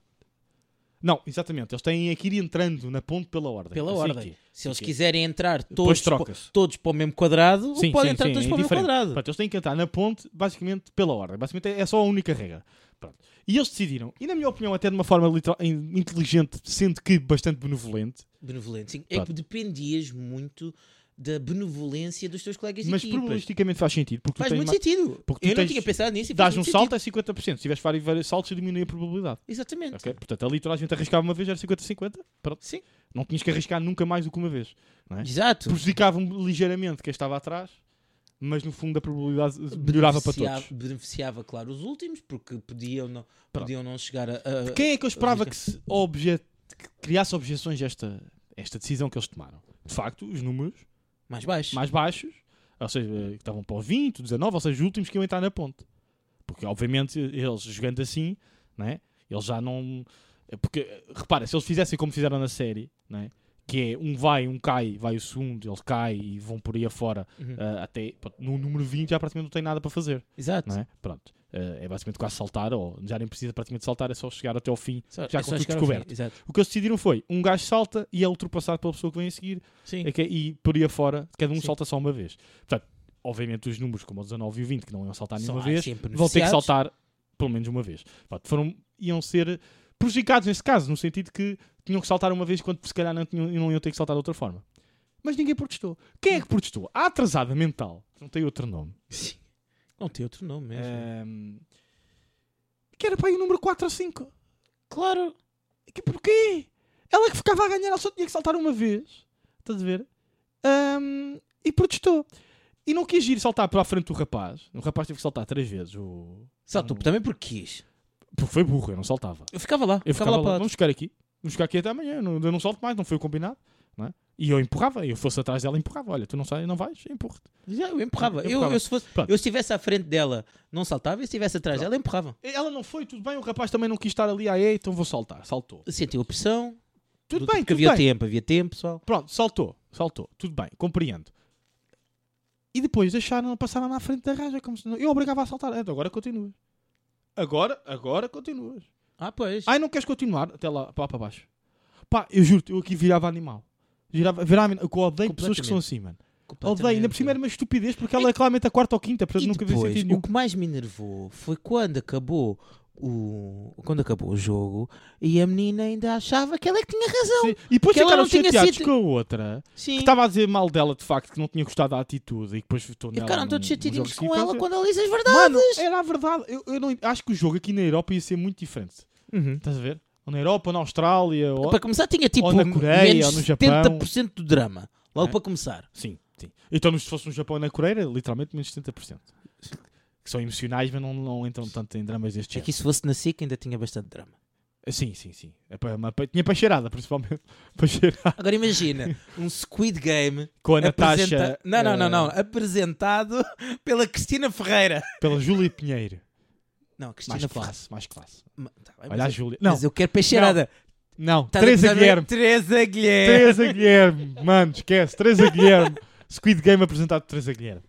[SPEAKER 3] Não, exatamente. Eles têm que ir entrando na ponte pela ordem.
[SPEAKER 2] Pela
[SPEAKER 3] Assim
[SPEAKER 2] ordem.
[SPEAKER 3] que-
[SPEAKER 2] Se eles
[SPEAKER 3] aqui.
[SPEAKER 2] quiserem entrar
[SPEAKER 3] Depois
[SPEAKER 2] todos, pa-
[SPEAKER 3] troca-se.
[SPEAKER 2] todos para o mesmo quadrado,
[SPEAKER 3] Sim,
[SPEAKER 2] podem
[SPEAKER 3] sim,
[SPEAKER 2] entrar
[SPEAKER 3] sim,
[SPEAKER 2] todos
[SPEAKER 3] é
[SPEAKER 2] para o mesmo
[SPEAKER 3] diferente.
[SPEAKER 2] quadrado.
[SPEAKER 3] Pronto, eles têm que entrar na ponte, basicamente, pela ordem. Basicamente, é é só a única regra. Pronto. E eles decidiram, e na minha opinião, até de uma forma literal- in- inteligente, sendo que bastante benevolente,
[SPEAKER 2] Benevolente, sim. É
[SPEAKER 3] Pronto.
[SPEAKER 2] que dependias muito da benevolência dos teus colegas de
[SPEAKER 3] mas
[SPEAKER 2] equipa.
[SPEAKER 3] probabilisticamente faz sentido. Porque
[SPEAKER 2] Faz
[SPEAKER 3] tu tens
[SPEAKER 2] muito
[SPEAKER 3] mais-
[SPEAKER 2] sentido.
[SPEAKER 3] porque tu
[SPEAKER 2] eu não
[SPEAKER 3] tens-
[SPEAKER 2] tinha pensado nisso. e faz
[SPEAKER 3] dás um
[SPEAKER 2] muito
[SPEAKER 3] salto
[SPEAKER 2] sentido.
[SPEAKER 3] é 50%. Se tiveres vários, vários saltos, diminui a probabilidade.
[SPEAKER 2] Exatamente.
[SPEAKER 3] Ok? Portanto, ali toda a gente arriscava uma vez, era 50-50. Pronto.
[SPEAKER 2] Sim.
[SPEAKER 3] Não tinhas que arriscar nunca mais do que uma vez. não é?
[SPEAKER 2] Exato.
[SPEAKER 3] Prejudicava-me ligeiramente quem estava atrás, mas no fundo a probabilidade melhorava para
[SPEAKER 2] Beneficiava-
[SPEAKER 3] todos.
[SPEAKER 2] Beneficiava, claro, os últimos, porque podiam não,
[SPEAKER 3] Pronto.
[SPEAKER 2] podiam não chegar a. a-
[SPEAKER 3] Quem é que eu esperava que, se obje... que criasse objeções a esta, esta decisão que eles tomaram? De facto, os números
[SPEAKER 2] mais baixo.
[SPEAKER 3] mais baixos, ou seja, eh, que estavam para o 20, 19, ou seja, os últimos que iam entrar na ponte. Porque, obviamente, eles jogando assim, né, eles já não. eh, Porque, eh, repara, se eles fizessem como fizeram na série, né, que é um vai, um cai, vai o segundo, ele cai e vão por aí afora,
[SPEAKER 2] Uhum.
[SPEAKER 3] ah, até pronto, no número 20 já praticamente não tem nada para fazer.
[SPEAKER 2] Exato.
[SPEAKER 3] Não é? Pronto. Eh, é basicamente quase saltar, ou já nem precisa praticamente saltar, é só chegar até ao fim.
[SPEAKER 2] Só-
[SPEAKER 3] Já
[SPEAKER 2] é
[SPEAKER 3] com
[SPEAKER 2] só
[SPEAKER 3] tudo
[SPEAKER 2] chegar ao fim.
[SPEAKER 3] descoberto.
[SPEAKER 2] Exato.
[SPEAKER 3] O que eles decidiram foi: um gajo salta e é ultrapassado pela pessoa que vem a seguir.
[SPEAKER 2] Sim.
[SPEAKER 3] É que- e por aí afora, cada um
[SPEAKER 2] Sim.
[SPEAKER 3] salta só uma vez. Portanto, obviamente os números como o 19 e o 20, que não iam saltar
[SPEAKER 2] Só
[SPEAKER 3] nenhuma
[SPEAKER 2] há
[SPEAKER 3] vez,
[SPEAKER 2] sempre
[SPEAKER 3] vão ter que
[SPEAKER 2] beneficiados.
[SPEAKER 3] saltar pelo menos uma vez. Portanto, foram, iam ser prejudicados nesse caso, no sentido que tinham que saltar uma vez quando se calhar não, tinham, não iam ter que saltar de outra forma. Mas ninguém protestou. Quem é que protestou? A atrasada mental, que não tem outro nome,
[SPEAKER 2] *laughs* Sim. Não tem outro nome mesmo.
[SPEAKER 3] ehm, que era para aí o número 4 ou 5.
[SPEAKER 2] Claro.
[SPEAKER 3] Que porquê? Ela que ficava a ganhar, ela só tinha que saltar uma vez. Estás a ver? Ahm, e protestou. E não quis ir saltar para a frente do rapaz. O rapaz teve que saltar três vezes. O...
[SPEAKER 2] Saltou também porque quis.
[SPEAKER 3] Porque foi burro, eu não saltava.
[SPEAKER 2] Eu ficava lá.
[SPEAKER 3] Eu ficava,
[SPEAKER 2] lá
[SPEAKER 3] lá,
[SPEAKER 2] para
[SPEAKER 3] vamos ficar aqui. Vamos ficar aqui até amanhã. Eu não, eu não salto mais, não foi o combinado. não é? E eu empurrava. Eu fosse atrás dela e empurrava. Olha, tu não sai, não vais, empurro-te.
[SPEAKER 2] Já, eu empurrava.
[SPEAKER 3] Eu
[SPEAKER 2] Eu,
[SPEAKER 3] empurrava.
[SPEAKER 2] eu se fosse,
[SPEAKER 3] Pronto.
[SPEAKER 2] eu estivesse à frente dela, não saltava. E se estivesse atrás dela, empurrava.
[SPEAKER 3] Ela não foi, tudo bem. O rapaz também não quis estar ali. Ah, é, então vou saltar. Saltou.
[SPEAKER 2] Sentiu a pressão.
[SPEAKER 3] Tudo
[SPEAKER 2] do-
[SPEAKER 3] bem,
[SPEAKER 2] Porque
[SPEAKER 3] tudo
[SPEAKER 2] havia
[SPEAKER 3] bem.
[SPEAKER 2] tempo, havia tempo, pessoal.
[SPEAKER 3] Pronto, saltou, saltou, tudo bem, compreendo. E depois deixaram, passaram na frente da raja, como se não... Eu obrigava a saltar, "Ah, então agora continuas. Agora, agora continuas.
[SPEAKER 2] Ah, pois.
[SPEAKER 3] Ai, não queres continuar? Até lá, pá, para baixo. Pá, eu juro-te, eu aqui virava animal. Virava, virava, eu odeio pessoas que são assim, mano. Odeio, ainda por cima era uma estupidez, porque ela é claramente a quarta ou quinta, portanto
[SPEAKER 2] E
[SPEAKER 3] nunca vi
[SPEAKER 2] depois,
[SPEAKER 3] sentido
[SPEAKER 2] o
[SPEAKER 3] nenhum.
[SPEAKER 2] que mais me enervou foi quando acabou o quando acabou o jogo e a menina ainda achava que ela é que tinha razão.
[SPEAKER 3] Sim, E depois
[SPEAKER 2] que ela
[SPEAKER 3] ficaram
[SPEAKER 2] não tinha
[SPEAKER 3] chateados
[SPEAKER 2] sido-
[SPEAKER 3] com a outra,
[SPEAKER 2] Sim.
[SPEAKER 3] que estava a dizer mal dela, de facto, que não tinha gostado da atitude, e que depois votou
[SPEAKER 2] E
[SPEAKER 3] nela.
[SPEAKER 2] ficaram
[SPEAKER 3] num-
[SPEAKER 2] todos
[SPEAKER 3] num
[SPEAKER 2] chateadinhos
[SPEAKER 3] jogo assim,
[SPEAKER 2] com
[SPEAKER 3] seguinte.
[SPEAKER 2] ela quando ela diz as verdades.
[SPEAKER 3] Mano, era a verdade. Eu, eu não, acho que o jogo aqui na Europa ia ser muito diferente.
[SPEAKER 2] Uhum.
[SPEAKER 3] Estás a ver? Ou na Europa, ou na Austrália. é- Ou...
[SPEAKER 2] Para começar, tinha tipo
[SPEAKER 3] Ou na Coreia,
[SPEAKER 2] menos
[SPEAKER 3] ou no Japão.
[SPEAKER 2] 70% do drama. Logo
[SPEAKER 3] É.
[SPEAKER 2] para começar.
[SPEAKER 3] Sim, sim. Então, se fosse no Japão ou na Coreia, era literalmente menos 70%. Que são emocionais, mas não, não entram tanto em dramas deste
[SPEAKER 2] É
[SPEAKER 3] género.
[SPEAKER 2] que se fosse na SIC ainda tinha bastante drama.
[SPEAKER 3] Sim, sim, sim. É para- uma- para- tinha pacheirada, principalmente. *laughs* Pacheirada.
[SPEAKER 2] Agora *laughs* imagina, um Squid Game
[SPEAKER 3] Com a Natasha.
[SPEAKER 2] apresenta- Não, não, não,
[SPEAKER 3] eh,
[SPEAKER 2] não. Apresentado *laughs* pela Cristina Ferreira.
[SPEAKER 3] Pela Júlia Pinheiro.
[SPEAKER 2] Não, Cristina
[SPEAKER 3] Mais
[SPEAKER 2] Ferreira.
[SPEAKER 3] classe, mais classe.
[SPEAKER 2] Ma- tá bem,
[SPEAKER 3] Olha a
[SPEAKER 2] mas, eu,
[SPEAKER 3] Júlia. Não,
[SPEAKER 2] mas eu quero peixeirada.
[SPEAKER 3] não.
[SPEAKER 2] Estás a
[SPEAKER 3] Teresa
[SPEAKER 2] gozar bem?
[SPEAKER 3] *laughs* Guilherme.
[SPEAKER 2] Teresa Guilherme.
[SPEAKER 3] Teresa Guilherme. Mano, esquece. Teresa Guilherme. Squid Game apresentado por Teresa Guilherme.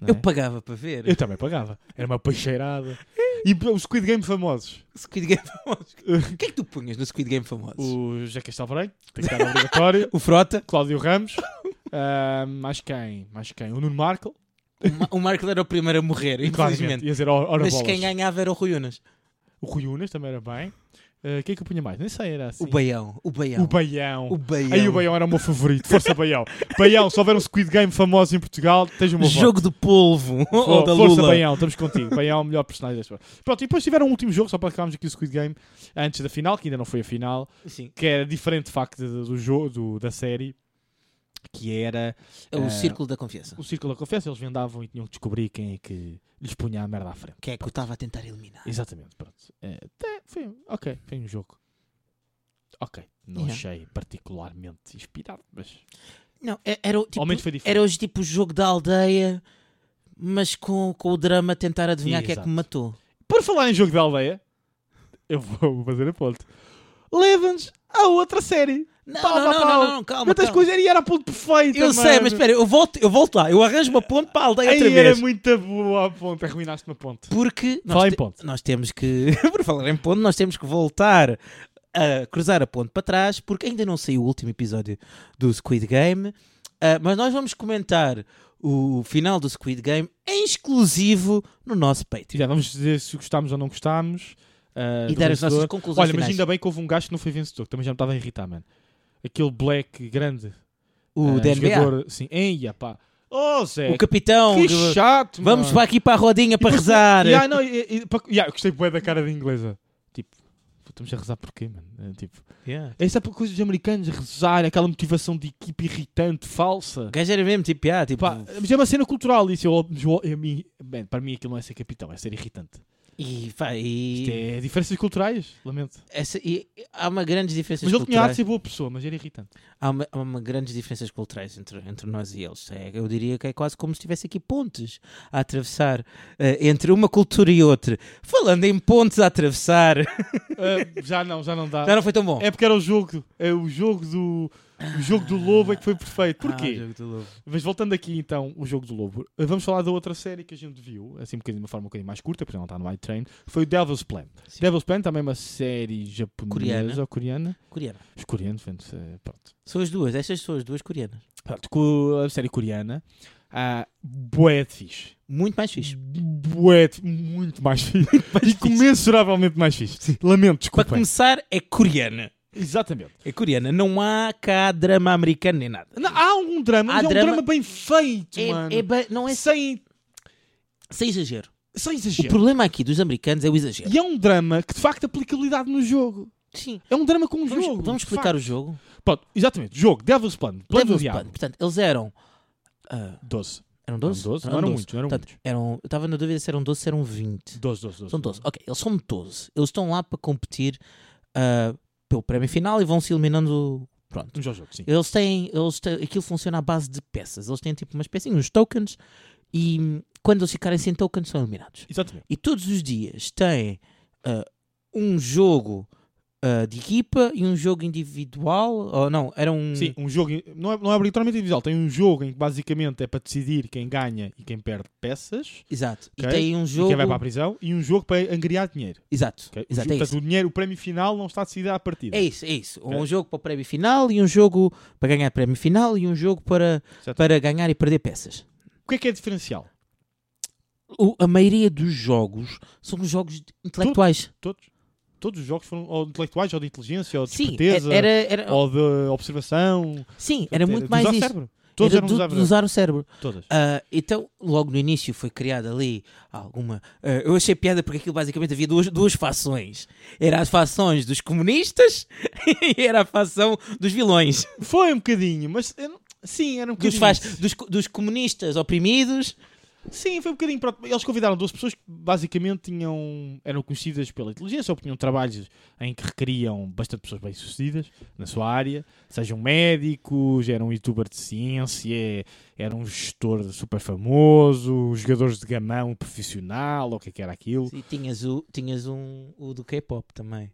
[SPEAKER 3] não
[SPEAKER 2] Eu
[SPEAKER 3] é?
[SPEAKER 2] pagava para ver.
[SPEAKER 3] Eu também pagava. Era uma peixeirada. E p- os Squid Game famosos.
[SPEAKER 2] Squid Game famoso. O que é que tu punhas no Squid Game famoso?
[SPEAKER 3] O Jeca Alvarém, tem que estar *laughs* obrigatório.
[SPEAKER 2] O Frota.
[SPEAKER 3] Cláudio Ramos. Ah, mais quem? Mais quem? O Nuno Markle.
[SPEAKER 2] O, Ma o Marco era o primeiro a morrer,
[SPEAKER 3] Claramente.
[SPEAKER 2] infelizmente.
[SPEAKER 3] Ia dizer, ora ora
[SPEAKER 2] Mas
[SPEAKER 3] bolas.
[SPEAKER 2] quem ganhava era o Rui Unas.
[SPEAKER 3] O Rui Unas também era bem. Ah, quem é que eu punha mais? Nem sei, era assim.
[SPEAKER 2] O Baião. O Baião.
[SPEAKER 3] O Baião.
[SPEAKER 2] O Baião.
[SPEAKER 3] Aí o Baião era o meu favorito. Força Baião. Baião, se houver um Squid Game famoso em Portugal, tens o meu voto.
[SPEAKER 2] Jogo do polvo. ou
[SPEAKER 3] For-
[SPEAKER 2] da
[SPEAKER 3] Força
[SPEAKER 2] Lula.
[SPEAKER 3] Baião, estamos contigo. Baião é o melhor personagem desta Pronto, e depois tiveram um último jogo, só para acabarmos aqui o Squid Game, antes da final, que ainda não foi a final,
[SPEAKER 2] Sim.
[SPEAKER 3] que era diferente de facto do do jogo, do- da série, que era
[SPEAKER 2] É O
[SPEAKER 3] Eh,
[SPEAKER 2] Círculo da Confiança.
[SPEAKER 3] o Círculo da Confessa. Eles vendavam e tinham que descobrir quem é que lhes punha a merda à frente.
[SPEAKER 2] Quem é que eu estava a tentar eliminar?
[SPEAKER 3] Exatamente, pronto. Eh, até foi, ok, foi um jogo. Ok, não
[SPEAKER 2] Yeah.
[SPEAKER 3] achei particularmente inspirado, mas
[SPEAKER 2] Não, é- era o tipo.
[SPEAKER 3] ao menos foi diferente.
[SPEAKER 2] Era hoje tipo o jogo da aldeia, mas com, com o drama a tentar adivinhar quem é que
[SPEAKER 3] Exato.
[SPEAKER 2] me matou.
[SPEAKER 3] Por falar em jogo da aldeia, eu vou fazer a ponte. Leva-nos a outra série.
[SPEAKER 2] Não,
[SPEAKER 3] Pau,
[SPEAKER 2] não,
[SPEAKER 3] pau,
[SPEAKER 2] não,
[SPEAKER 3] pau.
[SPEAKER 2] não, não, calma.
[SPEAKER 3] Quantas
[SPEAKER 2] calma.
[SPEAKER 3] coisas era, e era a ponte perfeita.
[SPEAKER 2] Eu sei,
[SPEAKER 3] mano.
[SPEAKER 2] mas espera, eu volto, eu volto lá, eu arranjo uma ponte para a aldeia outra
[SPEAKER 3] Aí era
[SPEAKER 2] vez.
[SPEAKER 3] muito boa a ponte, arruinaste uma ponte. Fala em
[SPEAKER 2] Porque nós, te-
[SPEAKER 3] ponte.
[SPEAKER 2] nós temos que, *laughs* por falar em ponte, nós temos que voltar a cruzar a ponte para trás, porque ainda não saiu o último episódio do Squid Game, ah, mas nós vamos comentar o final do Squid Game em exclusivo no nosso Patreon.
[SPEAKER 3] E Tipo, já vamos dizer se gostámos ou não gostámos. ah,
[SPEAKER 2] E
[SPEAKER 3] do
[SPEAKER 2] dar as nossas
[SPEAKER 3] vencedor.
[SPEAKER 2] conclusões
[SPEAKER 3] Olha, mas
[SPEAKER 2] finais.
[SPEAKER 3] ainda bem que houve um gajo que não foi vencedor, que também já me estava a irritar, mano. Aquele black grande.
[SPEAKER 2] O
[SPEAKER 3] ah,
[SPEAKER 2] da NBA,
[SPEAKER 3] jogador, Sim, Eia, pá. Oh, Zé.
[SPEAKER 2] o capitão.
[SPEAKER 3] que
[SPEAKER 2] do-
[SPEAKER 3] chato,
[SPEAKER 2] Vamos
[SPEAKER 3] mano.
[SPEAKER 2] para aqui para a rodinha para rezar.
[SPEAKER 3] Yeah, não, e- e- pa- yeah, eu gostei bué da cara da inglesa. Tipo, estamos a rezar porquê, mano? É, tipo, essa é por coisa dos americanos, rezar, aquela motivação de equipe irritante, falsa.
[SPEAKER 2] O gajo era mesmo tipo, ah, tipo
[SPEAKER 3] Pá, mas é uma cena cultural isso. Eu, eu- eu- a mim- bem, para mim aquilo não é ser capitão, é ser irritante.
[SPEAKER 2] e, pá,
[SPEAKER 3] Isto
[SPEAKER 2] e,
[SPEAKER 3] é diferenças culturais, lamento.
[SPEAKER 2] essa- e- e há uma grandes diferenças
[SPEAKER 3] mas ele tinha arte de
[SPEAKER 2] culturais.
[SPEAKER 3] ser boa pessoa, mas era irritante.
[SPEAKER 2] Há uma, há uma grandes diferenças culturais entre, entre nós e eles. É, eu diria que é quase como se tivesse aqui pontes a atravessar eh, entre uma cultura e outra. Falando em pontes a
[SPEAKER 3] *laughs*
[SPEAKER 2] atravessar,
[SPEAKER 3] Ah, já não, já não dá.
[SPEAKER 2] já não foi tão bom.
[SPEAKER 3] É porque era o jogo, é o jogo do. O jogo do lobo é que foi perfeito.
[SPEAKER 2] Ah,
[SPEAKER 3] Porquê?
[SPEAKER 2] jogo do lobo.
[SPEAKER 3] Mas voltando aqui então o jogo do Lobo, eh, vamos falar da outra série que a gente viu, assim um bocadinho, de uma forma um bocadinho mais curta, porque não está no White Train, foi o Devil's Plan.
[SPEAKER 2] Sim.
[SPEAKER 3] Devil's Plan também é uma série japonesa
[SPEAKER 2] Coreana.
[SPEAKER 3] ou coreana.
[SPEAKER 2] Coreana.
[SPEAKER 3] Os coreanos, vendo eh, pronto.
[SPEAKER 2] São as duas, estas são as duas coreanas.
[SPEAKER 3] Pronto, com a série coreana, ah, bué de fixe.
[SPEAKER 2] Muito mais fixe.
[SPEAKER 3] Bué de- muito mais fixe. e comensuravelmente mais fixe. Lamento,
[SPEAKER 2] Para
[SPEAKER 3] desculpem.
[SPEAKER 2] começar, é coreana.
[SPEAKER 3] Exatamente.
[SPEAKER 2] É coreana, não há cá drama americano nem nada.
[SPEAKER 3] Não, há um drama,
[SPEAKER 2] Há
[SPEAKER 3] mas é um
[SPEAKER 2] drama-
[SPEAKER 3] drama bem feito, mano.
[SPEAKER 2] É, é bem- não é
[SPEAKER 3] sem,
[SPEAKER 2] sem exagero.
[SPEAKER 3] sem
[SPEAKER 2] O
[SPEAKER 3] exagero.
[SPEAKER 2] problema aqui dos americanos é o exagero.
[SPEAKER 3] E é um drama que de facto aplicabilidade no jogo.
[SPEAKER 2] Sim.
[SPEAKER 3] É um drama com um
[SPEAKER 2] Vamos,
[SPEAKER 3] jogo.
[SPEAKER 2] vamos
[SPEAKER 3] de
[SPEAKER 2] explicar
[SPEAKER 3] facto.
[SPEAKER 2] o jogo.
[SPEAKER 3] Pronto, exatamente. Jogo, Devil's Plan. Plano do
[SPEAKER 2] Devil's
[SPEAKER 3] Diabo.
[SPEAKER 2] Plan. Portanto, eles eram. ah,
[SPEAKER 3] 12.
[SPEAKER 2] eram 12?
[SPEAKER 3] Eram 12? Não eram muitos, não eram
[SPEAKER 2] Portanto, eram- eu estava na dúvida se eram 12 ou se eram 20.
[SPEAKER 3] 12, 12, 12.
[SPEAKER 2] São 12. Ok, eles são 12. Eles estão lá para competir ah, pelo prémio final e vão se eliminando. Pronto.
[SPEAKER 3] Vamos ao Um jogo, sim.
[SPEAKER 2] Eles têm, eles têm. Aquilo funciona à base de peças. Eles têm tipo umas pecinhas, uns tokens. E hum, quando eles ficarem sem tokens, são eliminados.
[SPEAKER 3] Exatamente.
[SPEAKER 2] E todos os dias tem ah, um jogo ah, de equipa e um jogo individual. Ou não, era um.
[SPEAKER 3] Sim, um jogo. Não é, não é obrigatoriamente individual. Tem um jogo em que basicamente é para decidir quem ganha e quem perde peças.
[SPEAKER 2] Exato. E
[SPEAKER 3] Ok.
[SPEAKER 2] tem um
[SPEAKER 3] E
[SPEAKER 2] jogo.
[SPEAKER 3] quem vai para a prisão. E um jogo para angriar dinheiro.
[SPEAKER 2] Exato.
[SPEAKER 3] ok? O
[SPEAKER 2] Exato,
[SPEAKER 3] jogo-
[SPEAKER 2] é, isso.
[SPEAKER 3] portanto, o, dinheiro, o prémio final não está decidido à partida.
[SPEAKER 2] é isso. É isso. Um
[SPEAKER 3] Ok.
[SPEAKER 2] jogo para o prémio final e um jogo para ganhar prémio final e um jogo para,
[SPEAKER 3] Exato.
[SPEAKER 2] para ganhar e perder peças.
[SPEAKER 3] O que é que é diferencial?
[SPEAKER 2] O- a maioria dos jogos são jogos de- intelectuais.
[SPEAKER 3] Todos? Todos os jogos foram ou de intelectuais, ou de inteligência, ou de
[SPEAKER 2] Sim,
[SPEAKER 3] esperteza,
[SPEAKER 2] era, era,
[SPEAKER 3] ou de observação.
[SPEAKER 2] sim, era muito
[SPEAKER 3] de
[SPEAKER 2] mais
[SPEAKER 3] usar o
[SPEAKER 2] isso.
[SPEAKER 3] cérebro. Todos
[SPEAKER 2] era
[SPEAKER 3] eram
[SPEAKER 2] do-
[SPEAKER 3] usar
[SPEAKER 2] de usar o cérebro.
[SPEAKER 3] Todas.
[SPEAKER 2] Ah, então, logo no início foi criada ali alguma. ah, eu achei piada porque aquilo basicamente havia duas, duas fações: era as fações dos comunistas *laughs* e era a fação dos vilões,
[SPEAKER 3] Foi um bocadinho, mas eu não- sim, era um
[SPEAKER 2] dos,
[SPEAKER 3] bocadinho.
[SPEAKER 2] faz, dos, co- dos comunistas oprimidos.
[SPEAKER 3] Sim, foi um bocadinho. Pronto. Eles convidaram duas pessoas que basicamente tinham, eram conhecidas pela inteligência ou tinham trabalhos em que requeriam bastante pessoas bem-sucedidas na sua área. Sejam médicos, eram youtuber de ciência, era um gestor super famoso, jogadores de gamão profissional, ou o que é que era aquilo.
[SPEAKER 2] E tinhas o, tinhas um, o do K-pop também.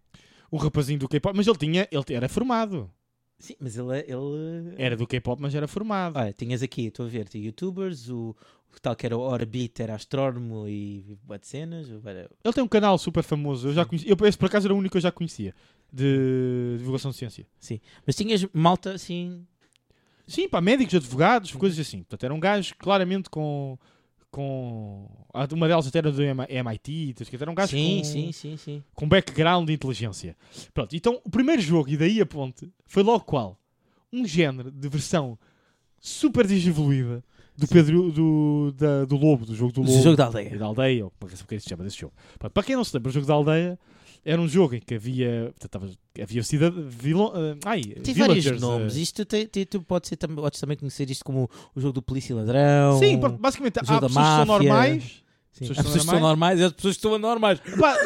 [SPEAKER 3] O rapazinho do K-pop, mas ele tinha, ele era formado.
[SPEAKER 2] Sim, mas ele. ele...
[SPEAKER 3] Era do K-pop, mas era formado.
[SPEAKER 2] Olha, tinhas aqui, estou a ver, tinha youtubers, o, o tal que era o Orbit era astrónomo e bué de cenas. o bué de-
[SPEAKER 3] Ele tem um canal super famoso. Eu já conheci. Eu, esse por acaso era o único que eu já conhecia. De divulgação de ciência.
[SPEAKER 2] Mas tinhas malta assim.
[SPEAKER 3] Sim, pá, médicos, advogados, coisas assim. Portanto, era um gajo claramente com. com ah, uma delas até era do M- MIT, outras que até era um gajo
[SPEAKER 2] sim,
[SPEAKER 3] com,
[SPEAKER 2] sim, sim, sim.
[SPEAKER 3] com background de inteligência. Pronto, então o primeiro jogo, e daí a ponte, foi logo qual? Um género de versão super desenvolvida do Pedro do, da- do Lobo, do jogo do um Lobo.
[SPEAKER 2] O jogo da
[SPEAKER 3] E
[SPEAKER 2] aldeia.
[SPEAKER 3] da aldeia, ou para que se chama desse jogo. Pá, Para quem não se lembra, o jogo da aldeia era um jogo em que havia. portanto, tava- havia cidade. Vilão, ai,
[SPEAKER 2] Tem
[SPEAKER 3] villagers,
[SPEAKER 2] vários
[SPEAKER 3] eh,
[SPEAKER 2] nomes. Isto tem, tem- tu pode ser, tam- podes também conhecer isto como o jogo do polícia e ladrão.
[SPEAKER 3] Sim, pá, basicamente
[SPEAKER 2] o
[SPEAKER 3] há
[SPEAKER 2] jogo
[SPEAKER 3] pessoas
[SPEAKER 2] Então, da
[SPEAKER 3] que são
[SPEAKER 2] máfia.
[SPEAKER 3] normais.
[SPEAKER 2] Sim.
[SPEAKER 3] pessoas
[SPEAKER 2] As pessoas que são normais e as pessoas que estão anormais.
[SPEAKER 3] Pá,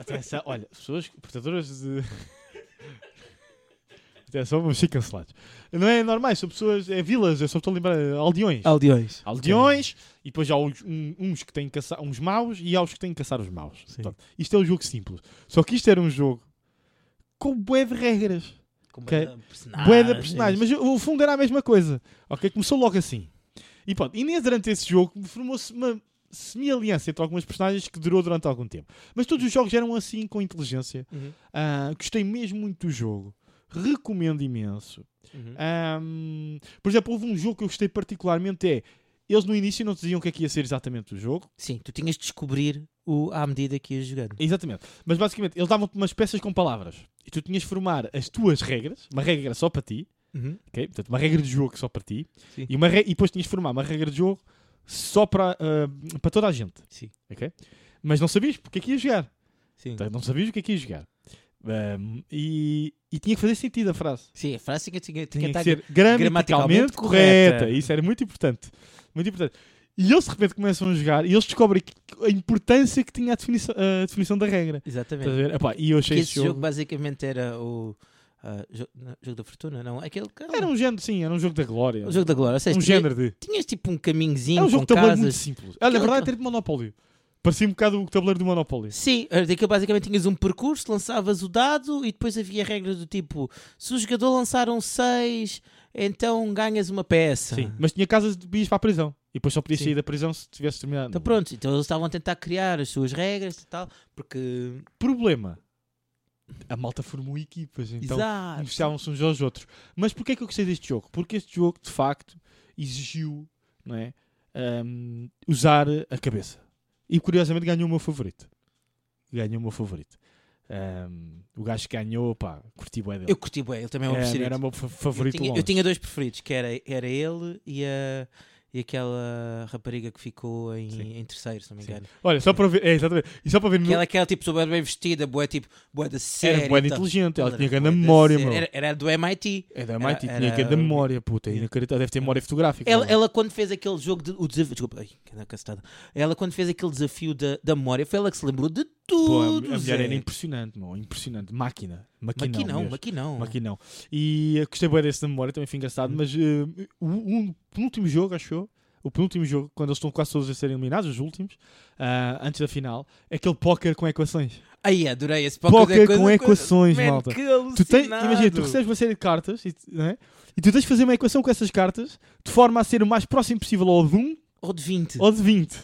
[SPEAKER 3] atenção, olha, pessoas portadoras de. *laughs* Atenção, vamos ser cancelados. Não é normais, são pessoas. É vilas, eu só estou a lembrar. eh, Aldeões.
[SPEAKER 2] Aldeões.
[SPEAKER 3] Aldeões, e depois há uns, um- uns que têm que caçar uns maus e há os que têm que caçar os maus.
[SPEAKER 2] Sim.
[SPEAKER 3] Portanto, isto é um jogo simples. Só que isto era um jogo com bué de regras,
[SPEAKER 2] Com
[SPEAKER 3] Ok.
[SPEAKER 2] bué de
[SPEAKER 3] bué de
[SPEAKER 2] personagens.
[SPEAKER 3] personagens, mas o fundo era a mesma coisa. Ok, começou logo assim. E pronto, e nem durante esse jogo formou-se uma semi-aliança entre algumas personagens que durou durante algum tempo. Mas todos os jogos eram assim, com inteligência.
[SPEAKER 2] Uhum,
[SPEAKER 3] Ah, gostei mesmo muito do jogo. Recomendo imenso.
[SPEAKER 2] uhum.
[SPEAKER 3] Ahm, por exemplo, houve um jogo que eu gostei particularmente é. Eles no início não te diziam o que é que ia ser exatamente o jogo.
[SPEAKER 2] Sim, tu tinhas de descobrir o, à medida que ias jogando.
[SPEAKER 3] Exatamente. Mas basicamente, eles davam-te umas peças com palavras. E tu tinhas de formar as tuas regras, uma regra só para ti, ok? Portanto, uma regra de jogo só para ti.
[SPEAKER 2] Sim.
[SPEAKER 3] E, uma re- e depois tinhas de formar uma regra de jogo só para, ah, para toda a gente.
[SPEAKER 2] Sim.
[SPEAKER 3] ok? Mas não sabias porque é que ia jogar.
[SPEAKER 2] Sim.
[SPEAKER 3] Portanto, não sabias o que é que ia jogar. Ahm, e, e tinha que fazer sentido a frase.
[SPEAKER 2] Sim, a frase tinha, tinha, tinha,
[SPEAKER 3] tinha que
[SPEAKER 2] estar-
[SPEAKER 3] ser gramaticalmente
[SPEAKER 2] gramaticalmente
[SPEAKER 3] correta.
[SPEAKER 2] correta.
[SPEAKER 3] Isso era muito importante. Muito importante. E eles de repente começam a jogar e eles descobrem que- a importância que tinha a definição, a definição da regra. Estás a
[SPEAKER 2] Exatamente.
[SPEAKER 3] ver? Epá, e eu
[SPEAKER 2] Que
[SPEAKER 3] achei
[SPEAKER 2] esse
[SPEAKER 3] esse jogo...
[SPEAKER 2] jogo, basicamente era o ah, jo- não, jogo da fortuna, não? Aquele que
[SPEAKER 3] Era um género, sim, era um jogo da glória.
[SPEAKER 2] o jogo da glória. Ou seja,
[SPEAKER 3] um
[SPEAKER 2] tinha-
[SPEAKER 3] género de.
[SPEAKER 2] tinhas tipo um caminhozinho
[SPEAKER 3] Era um jogo
[SPEAKER 2] com
[SPEAKER 3] de tabuleiro
[SPEAKER 2] casas.
[SPEAKER 3] muito simples. Olha, na
[SPEAKER 2] Aquilo-
[SPEAKER 3] verdade, era de Monopólio. Parecia um bocado o tabuleiro do Monopólio.
[SPEAKER 2] Sim, eh, era daquilo basicamente tinhas um percurso, lançavas o dado e depois havia regras do tipo: se o jogador lançar um 6, então ganhas uma peça.
[SPEAKER 3] Sim. Mas tinha casas de bias para a prisão. E depois só podias
[SPEAKER 2] Sim.
[SPEAKER 3] sair da prisão se tivesse terminado.
[SPEAKER 2] Então pronto, então eles estavam a tentar criar as suas regras e tal, porque.
[SPEAKER 3] Problema. A malta formou equipas. Então
[SPEAKER 2] Exato.
[SPEAKER 3] beneficiavam-se uns aos outros. Mas porquê é que eu gostei deste jogo? Porque este jogo, de facto, exigiu não é, Ahm, usar a cabeça. E curiosamente ganhou o meu favorito. Ganhou o meu favorito. Ahm, o gajo que ganhou, pá, curti bué dele.
[SPEAKER 2] Eu curti bem, ele também é um
[SPEAKER 3] Ahm,
[SPEAKER 2] preferido.
[SPEAKER 3] era o meu fa-
[SPEAKER 2] eu
[SPEAKER 3] favorito
[SPEAKER 2] tinha, eu
[SPEAKER 3] longe.
[SPEAKER 2] tinha dois preferidos, que era, era ele e, a, e aquela rapariga que ficou
[SPEAKER 3] Sim.
[SPEAKER 2] em, em terceiro, se não me
[SPEAKER 3] Sim.
[SPEAKER 2] engano.
[SPEAKER 3] Olha, só para ver, é, exatamente. E só para ver, no-
[SPEAKER 2] Que ela, aquela tipo super bem vestida, boa tipo, boa da série. então.
[SPEAKER 3] era bué de inteligente, ela tinha grande memória, meu.
[SPEAKER 2] Era, era do MIT.
[SPEAKER 3] É da MIT,
[SPEAKER 2] era-
[SPEAKER 3] tinha grande
[SPEAKER 2] era-
[SPEAKER 3] memória, puta, é
[SPEAKER 2] Era-
[SPEAKER 3] inacreditável, deve ter memória fotográfica.
[SPEAKER 2] Ela,
[SPEAKER 3] não é?
[SPEAKER 2] ela quando fez aquele jogo de, o desafio, desculpa, ai, que castada. Ela quando fez aquele desafio da, da memória, foi ela que se lembrou de
[SPEAKER 3] Pô, a-
[SPEAKER 2] tudo.
[SPEAKER 3] a mulher
[SPEAKER 2] Zé.
[SPEAKER 3] era impressionante, meu, impressionante. Máquina. Maquinão,
[SPEAKER 2] Maqui não,
[SPEAKER 3] mesmo.
[SPEAKER 2] maqui não.
[SPEAKER 3] Aqui não. E eu gostei bem desse da memória, também foi
[SPEAKER 2] Uhum.
[SPEAKER 3] engraçado, mas eh, o, um- o penúltimo jogo, achou? O penúltimo jogo, quando eles estão quase todos a serem eliminados, os últimos, ah, antes da final, é aquele póquer com equações.
[SPEAKER 2] Ai, adorei esse é
[SPEAKER 3] Póquer
[SPEAKER 2] póquer
[SPEAKER 3] com equações, malta. Tu
[SPEAKER 2] Tu
[SPEAKER 3] tens, imagina, tu recebes uma série de cartas e, tu- não é? e tu tens de fazer uma equação com essas cartas de forma a ser o mais próximo possível ou de 1
[SPEAKER 2] Ou Oh, de 20.
[SPEAKER 3] ou de 20.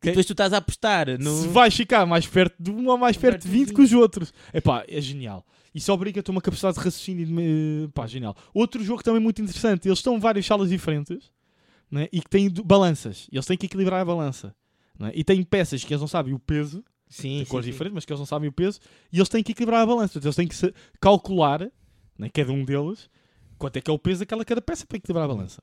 [SPEAKER 2] E depois tu estás a apostar no.
[SPEAKER 3] Se vais ficar mais perto de um ou mais perto de 20 que os outros. Epá, é genial. Isso obriga-te a uma capacidade de raciocínio. De... eh, Pá, genial. Outro jogo também muito interessante. Eles estão em várias salas diferentes né? e que têm du- balanças. E Eles têm que equilibrar a balança. né? E têm peças que eles não sabem o peso,
[SPEAKER 2] Sim,
[SPEAKER 3] de
[SPEAKER 2] sim,
[SPEAKER 3] cores
[SPEAKER 2] sim.
[SPEAKER 3] diferentes, mas que eles não sabem o peso, e eles têm que equilibrar a balança. Portanto, Eles têm que se- calcular, né? cada um deles, quanto é que é o peso daquela cada peça para equilibrar a balança.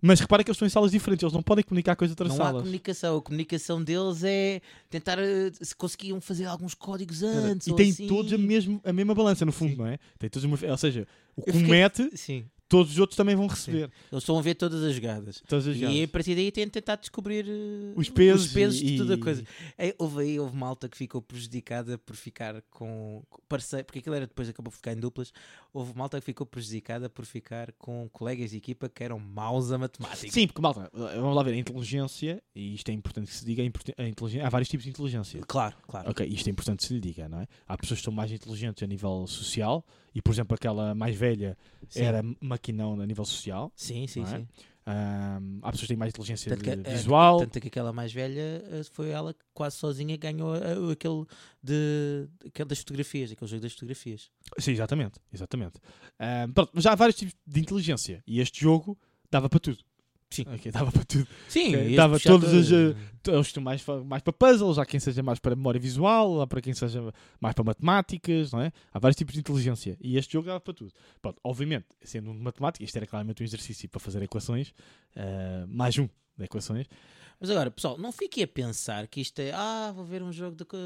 [SPEAKER 3] Mas repara que eles estão em salas diferentes, eles não podem comunicar com as outras
[SPEAKER 2] Não há
[SPEAKER 3] salas.
[SPEAKER 2] comunicação. A comunicação deles é tentar eh, se conseguiam fazer alguns códigos
[SPEAKER 3] Cara,
[SPEAKER 2] antes.
[SPEAKER 3] e
[SPEAKER 2] ou
[SPEAKER 3] tem
[SPEAKER 2] assim.
[SPEAKER 3] todos a mesma, a mesma balança, no fundo, não é? Tem todos uma, ou seja, o que
[SPEAKER 2] Eu fiquei-
[SPEAKER 3] comete
[SPEAKER 2] Sim.
[SPEAKER 3] todos os outros também vão receber.
[SPEAKER 2] Eles estão a ver todas as jogadas.
[SPEAKER 3] Todas as
[SPEAKER 2] E a
[SPEAKER 3] jogadas.
[SPEAKER 2] partir daí têm tentado descobrir eh,
[SPEAKER 3] Os pesos e-
[SPEAKER 2] de toda a
[SPEAKER 3] e-
[SPEAKER 2] coisa. Eh, houve aí, houve malta que ficou prejudicada por ficar com com parceiro, porque aquilo era depois acabou por ficar em duplas. Houve malta que ficou prejudicada por ficar com colegas de equipa que eram maus a matemática.
[SPEAKER 3] Sim, porque malta, vamos lá ver, a inteligência, e isto é importante que se diga, a import- a inteligência, há vários tipos de inteligência.
[SPEAKER 2] Claro, claro.
[SPEAKER 3] Ok, isto é importante que se lhe diga, não é? Há pessoas que são mais inteligentes a nível social, e por exemplo aquela mais velha
[SPEAKER 2] Sim.
[SPEAKER 3] era maquinão a nível social.
[SPEAKER 2] Sim, sim,
[SPEAKER 3] Não é?
[SPEAKER 2] sim.
[SPEAKER 3] Ahm, há pessoas que têm mais inteligência
[SPEAKER 2] Tanto que,
[SPEAKER 3] de-
[SPEAKER 2] eh,
[SPEAKER 3] visual.
[SPEAKER 2] Tanto que aquela mais velha eh, foi ela que quase sozinha ganhou eh, aquele, de, aquele das fotografias, aquele jogo das fotografias.
[SPEAKER 3] Sim, exatamente. exatamente. Ahm, pronto, mas já há vários tipos de inteligência, e este jogo dava para tudo.
[SPEAKER 2] Sim.
[SPEAKER 3] Ok, *laughs* dava para tudo.
[SPEAKER 2] Sim,
[SPEAKER 3] Ok,
[SPEAKER 2] ias
[SPEAKER 3] dava
[SPEAKER 2] puxar
[SPEAKER 3] todas as,
[SPEAKER 2] todas.
[SPEAKER 3] Eles estão mais, fa- mais para puzzles, há quem seja mais para memória visual, há para quem seja mais para matemáticas, não é? Há vários tipos de inteligência e este jogo dava para tudo. Pronto, obviamente, sendo um de matemática, isto era claramente um exercício para fazer equações, ah, mais um de equações.
[SPEAKER 2] Mas agora, pessoal, não fiquem a pensar que isto é ah, vou ver um jogo de co-